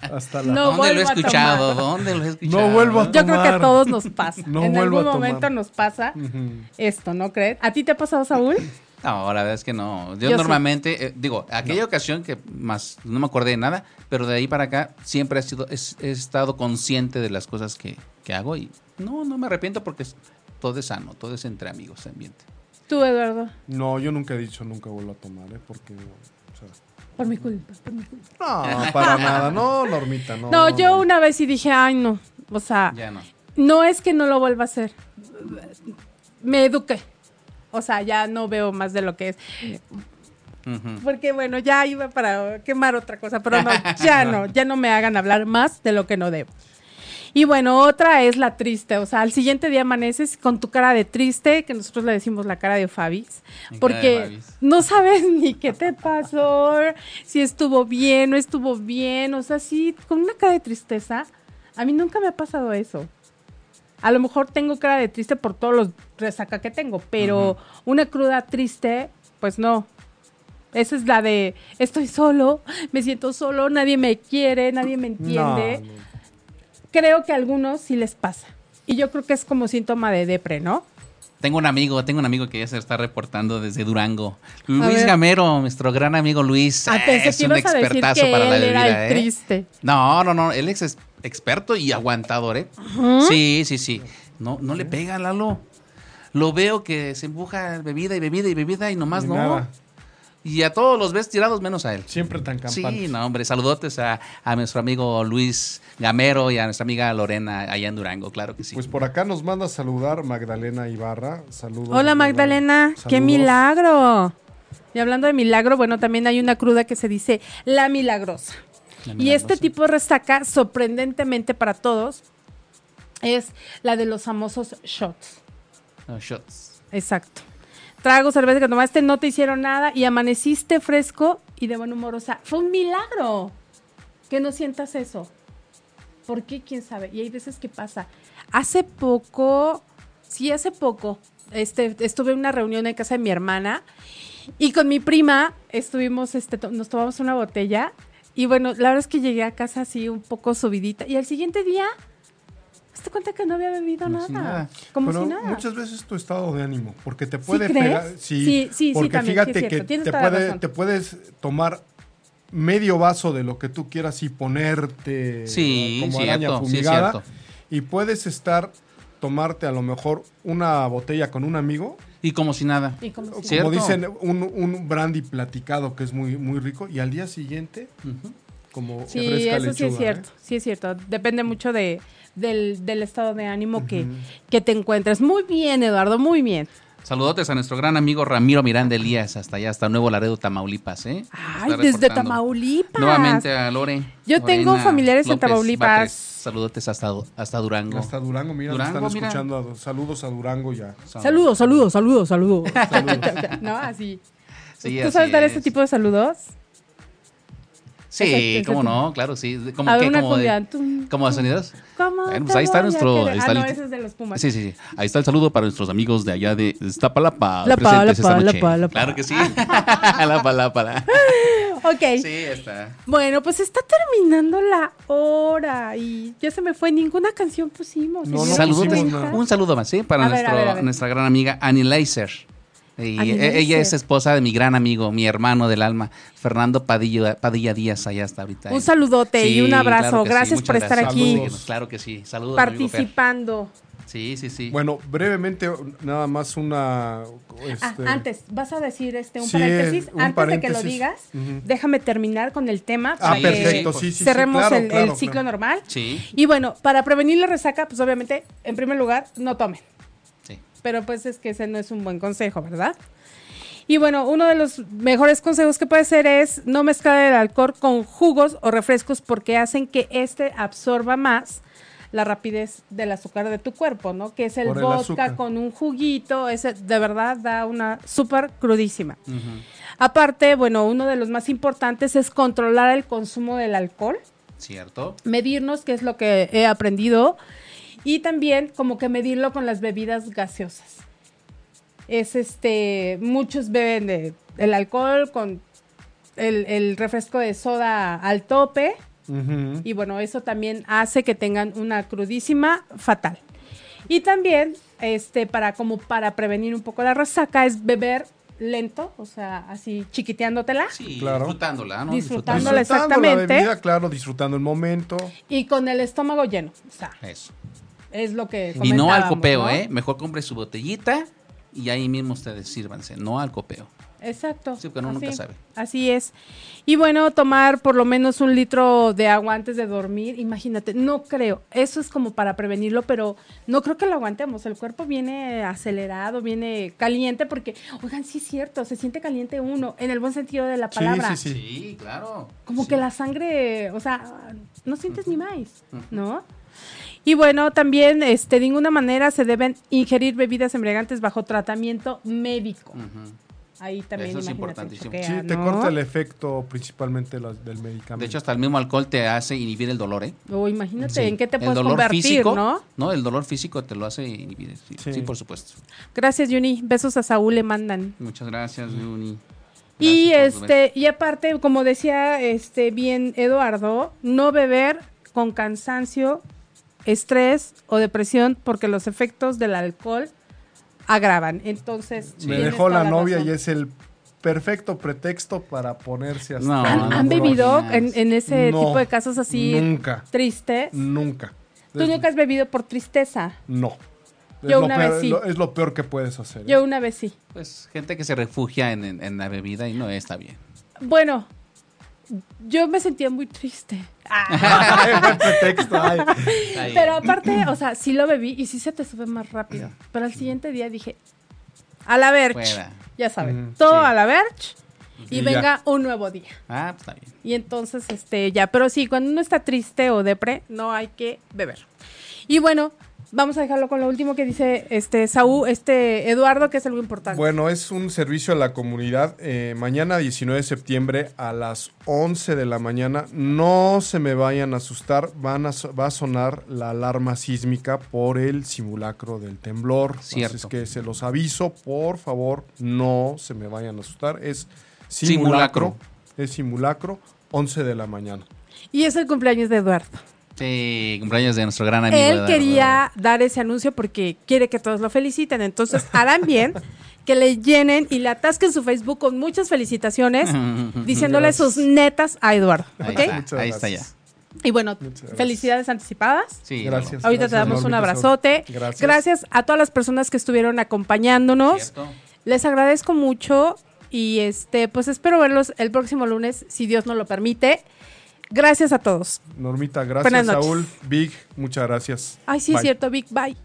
Hasta la.
No
¿Dónde
vuelvo
lo he
a
escuchado?
tomar.
¿Dónde lo he escuchado?
vuelvo a-
Yo creo que a
tomar.
todos nos pasa.
No
en algún
vuelvo a tomar.
momento nos pasa
Ujú.
esto, ¿no crees? ¿A ti te ha pasado, Saúl?
No, la verdad es que no. Yo,
Yo sí.
normalmente, eh, digo, aquella ocasión que más no me acordé de nada, pero de ahí para acá siempre he, sido, es- he estado consciente de las cosas que, que hago y no, no me arrepiento porque es- todo es sano, todo es entre amigos, ambiente.
Tú, Eduardo.
No, yo nunca he dicho nunca vuelvo a tomar, ¿eh? Porque. o sea,
Por mi culpa, por mi culpa.
no, para nada. No, Normita, no.
No, yo una vez sí dije, ay, no. O sea,
Ya no.
no es que no lo vuelva a hacer. Me eduqué. O sea, ya no veo más de lo que es.
Ujú.
Porque bueno, ya iba para quemar otra cosa, pero no, ya no, ya no me hagan hablar más de lo que no debo. Y bueno, otra es la triste, o sea, al siguiente día amaneces con tu cara de triste, que nosotros le decimos la cara de Fabis,
Mi cara de
porque
Fabis.
no sabes ni qué te pasó, si estuvo bien, no estuvo bien, o sea, sí, con una cara de tristeza. A mí nunca me ha pasado eso. A lo mejor tengo cara de triste por todos los resaca que tengo, pero una cruda triste, pues no. Esa es la de estoy solo, me siento solo, nadie me quiere, nadie me entiende.
No, no.
Creo que a algunos sí les pasa. Y yo creo que es como síntoma de depre, ¿no?
Tengo un amigo, tengo un amigo que ya se está reportando desde Durango. Luis
ver.
Gamero, nuestro gran amigo Luis.
Ah,
eh,
pensé
es
que
un
ibas a decir
expertazo
que
para la
él era
bebida,
el
¿eh?
triste.
No, no, no. Él es ex- experto y aguantador, ¿eh? Sí, sí, sí. No, no le pega, Lalo. Lo veo que se empuja bebida y bebida y bebida y nomás
Ni
no.
nada.
Y a todos los ves tirados menos a él.
Siempre tan campante.
Sí, no, hombre, saludotes a, a nuestro amigo Luis Gamero y a nuestra amiga Lorena allá en Durango, claro que sí.
Pues por acá nos manda a saludar Magdalena Ibarra. Saludos.
Hola Magdalena, qué
Saludos.
milagro. Y hablando de milagro, bueno, también hay una cruda que se dice la milagrosa. Y este tipo de resaca, sorprendentemente para todos, es la de los famosos shots.
No, shots.
Exacto. Trago, cerveza que tomaste, no te hicieron nada y amaneciste fresco y de buen humor. O sea, fue un milagro que no sientas eso. ¿Por qué? ¿Quién sabe? Y hay veces que pasa. Hace poco, sí, hace poco, este, estuve en una reunión en casa de mi hermana y con mi prima estuvimos, este, to- nos tomamos una botella y bueno, la verdad es que llegué a casa así un poco subidita y al siguiente día, te cuenta que no había bebido
Como
nada.
si nada.
Como
Pero
si nada.
muchas veces tu estado de ánimo, porque te puede
crees?
pegar.
Sí, sí, sí,
porque
también, sí es
fíjate
cierto,
que
tienes
te,
toda la
puede-
razón.
te puedes tomar medio vaso de lo que tú quieras y ponerte
Sí,
como
cierto,
araña
sí,
fumigada.
cierto.
y puedes estar, tomarte a lo mejor una botella con un amigo.
Y como si nada.
Y como si-
¿Cierto?
Como dicen, un, un brandy platicado que es muy, muy rico. Y al día siguiente, como
Sí,
fresca
eso sí
lechuga,
es
¿eh?
cierto, sí es cierto. Depende mucho de, del, del estado de ánimo que, que te encuentres. Muy bien, Eduardo, muy bien.
Saludotes a nuestro gran amigo Ramiro Miranda Elías, hasta allá, hasta Nuevo Laredo, Tamaulipas, ¿eh?
Ay,
Está
desde
reportando.
Tamaulipas.
Nuevamente a Lore.
Yo tengo familiares en Tamaulipas.
Batres. Saludotes hasta, hasta Durango.
Hasta Durango, mira, nos
Durango,
están
mira.
escuchando. Saludos a Durango ya.
Saludos, saludos, saludos, saludos. no, así.
Sí,
¿Tú
así
sabes dar este
es.
tipo de saludos?
Sí,
Exacto,
cómo
exacto.
no, claro, sí. Como
A ver,
que,
una
como
cumbia.
de,
Tum,
como de sonidos.
¿Cómo
Bueno, pues
te
ahí
voy
está
a
nuestro-
querer?
ahí está
ah,
el-
no, ese es de los Pumas.
Sí, sí, sí. Ahí está el saludo para nuestros amigos de allá de Iztapalapa.
La pa,
presentes
la pa,
esta
la
noche.
pa, la pa.
Claro que sí. la pa, la pa, la.
Ok.
Sí, está.
Bueno, pues está terminando la hora y ya se me fue. Ninguna canción pusimos. ¿eh?
No,
señor.
no
Saludotes.
pusimos nada.
Un saludo más, ¿sí? Para
A ver,
nuestro-
a ver, a ver.
nuestra gran amiga Annie Leiser. Y
Annie
e- ella es
Leiser.
esposa de mi gran amigo, mi hermano del alma, Fernando Padilla, Padilla Díaz, allá hasta ahorita.
Un saludote y
Sí,
un abrazo.
claro que sí,
gracias
muchas
por estar
gracias.
aquí
Saludos. Claro que sí. Saludos. mi amigo Fer.
participando.
Sí, sí, sí.
Bueno, brevemente, nada más una.
Ah,
este,
antes, vas a decir este un
Sí,
paréntesis.
un
antes de que lo
paréntesis.
digas,
Ujú.
déjame terminar con el tema. para
Ah,
que
perfecto, sí, sí, sí.
cerremos
claro,
el, el
claro, claro.
ciclo normal.
Sí,
Y bueno, para prevenir la resaca, pues obviamente, en primer lugar, no tomen.
sí.
Pero pues es que ese no es un buen consejo, ¿verdad? Y bueno, uno de los mejores consejos que puede ser es no mezclar el alcohol con jugos o refrescos porque hacen que este absorba más la rapidez del azúcar de tu cuerpo, ¿no? Que es el
Por el
vodka
azúcar.
con un juguito, ese de verdad da una súper crudísima. Aparte, bueno, uno de los más importantes es controlar el consumo del alcohol
Cierto.
medirnos, que es lo que he aprendido, y también como que medirlo con las bebidas gaseosas. Es este, muchos beben de- el alcohol con el, el refresco de soda al tope,
ujú.
y bueno, eso también hace que tengan una crudísima fatal. Y también, este, para como para prevenir un poco la resaca, es beber lento, o sea, así chiquiteándotela.
Sí,
Claro.
disfrutándola, ¿no?
Disfrutándola,
Disfrutando
exactamente.
La bebida, claro, disfrutando el momento.
Y con el estómago lleno, o sea,
Eso.
es lo que
Y no
comentábamos,
al copeo,
¿no?
¿eh? Mejor compre su botellita y ahí mismo ustedes sírvanse. No al copeo.
Exacto.
Sí, porque uno nunca sabe.
Así es. Y bueno, tomar por lo menos un litro de agua antes de dormir, imagínate, no creo, eso es como para prevenirlo, pero no creo que lo aguantemos, el cuerpo viene acelerado, viene caliente, porque, oigan, sí es cierto, se siente caliente uno, en el buen sentido de la
Sí,
palabra.
sí, sí.
claro.
Como
Sí.
que la sangre, o sea, no sientes ni más, ¿no? Y bueno, también este, de ninguna manera se deben ingerir bebidas embriagantes bajo tratamiento médico. Ahí también
Eso es
imagínate,
importantísimo.
choquea,
Sí, te
¿no?
corta el efecto principalmente las- del medicamento.
De hecho, hasta el mismo alcohol te hace inhibir el dolor, ¿eh?
O imagínate
Sí.
en qué te
El
puedes
dolor
convertir,
físico,
¿no?
El dolor físico te lo hace inhibir. Sí,
Sí.
sí, por supuesto.
Gracias, Juni. Besos a Saúl le mandan.
Muchas gracias, Juni.
Y
Gracias por tu
este, y aparte, como decía este bien Eduardo, no beber con cansancio, estrés o depresión, porque los efectos del alcohol agravan. Entonces,
Me
tienes
dejó la
toda
novia
razón.
y es el perfecto pretexto para ponerse hasta...
No,
el
¿Han, han
no,
culo.
bebido
no.
en, en ese
No,
tipo de casos así
Nunca,
tristes?
nunca.
Tú
Es-
nunca has bebido por tristeza.
No.
Yo una
peor,
vez sí.
lo- es lo peor que puedes hacer. ¿eh?
Yo una vez sí.
Pues gente que se refugia en, en- en la bebida y no está bien.
Bueno, yo me sentía muy triste.
Ay, buen pretexto, ay.
Pero aparte, o sea, sí lo bebí y sí se te sube más rápido. Pero al siguiente día dije, a la verge.
Fuera.
Ya saben,
Mm,
todo
sí.
a la verge y
Y
venga
ya.
un nuevo día.
Ah, pues, está bien.
Y entonces, este, ya. Pero sí, cuando uno está triste o depre, no hay que beber. Y bueno, vamos a dejarlo con lo último que dice este Saúl, este Eduardo, que es algo importante.
Bueno, es un servicio a la comunidad. Eh, mañana 19 de septiembre a las 11 de la mañana. No se me vayan a asustar. Van a so- va a sonar la alarma sísmica por el simulacro del temblor.
Cierto.
Así es que se los aviso. Por favor, no se me vayan a asustar. Es
Simulacro.
simulacro. Es simulacro. 11 de la mañana.
Y es el cumpleaños de Eduardo.
Sí, cumpleaños de nuestro gran amigo.
Él
Eduardo.
quería dar ese anuncio porque quiere que todos lo feliciten. Entonces harán bien que le llenen y le atasquen su Facebook con muchas felicitaciones, diciéndole sus netas a Eduardo.
Ahí
¿ok?
está,
Muchas
ahí está ya.
gracias.
Y bueno,
gracias.
felicidades anticipadas.
Sí,
Gracias.
Ahorita te damos un
Normita,
abrazote. Gracias.
Gracias.
a todas las personas que estuvieron acompañándonos.
Cierto.
Les agradezco mucho y este, pues espero verlos el próximo lunes, si Dios nos lo permite. Gracias a todos.
Normita,
Buenas
gracias.
noches.
Saúl, Big, muchas gracias.
Ay, sí,
Bye.
es cierto, Big Bye.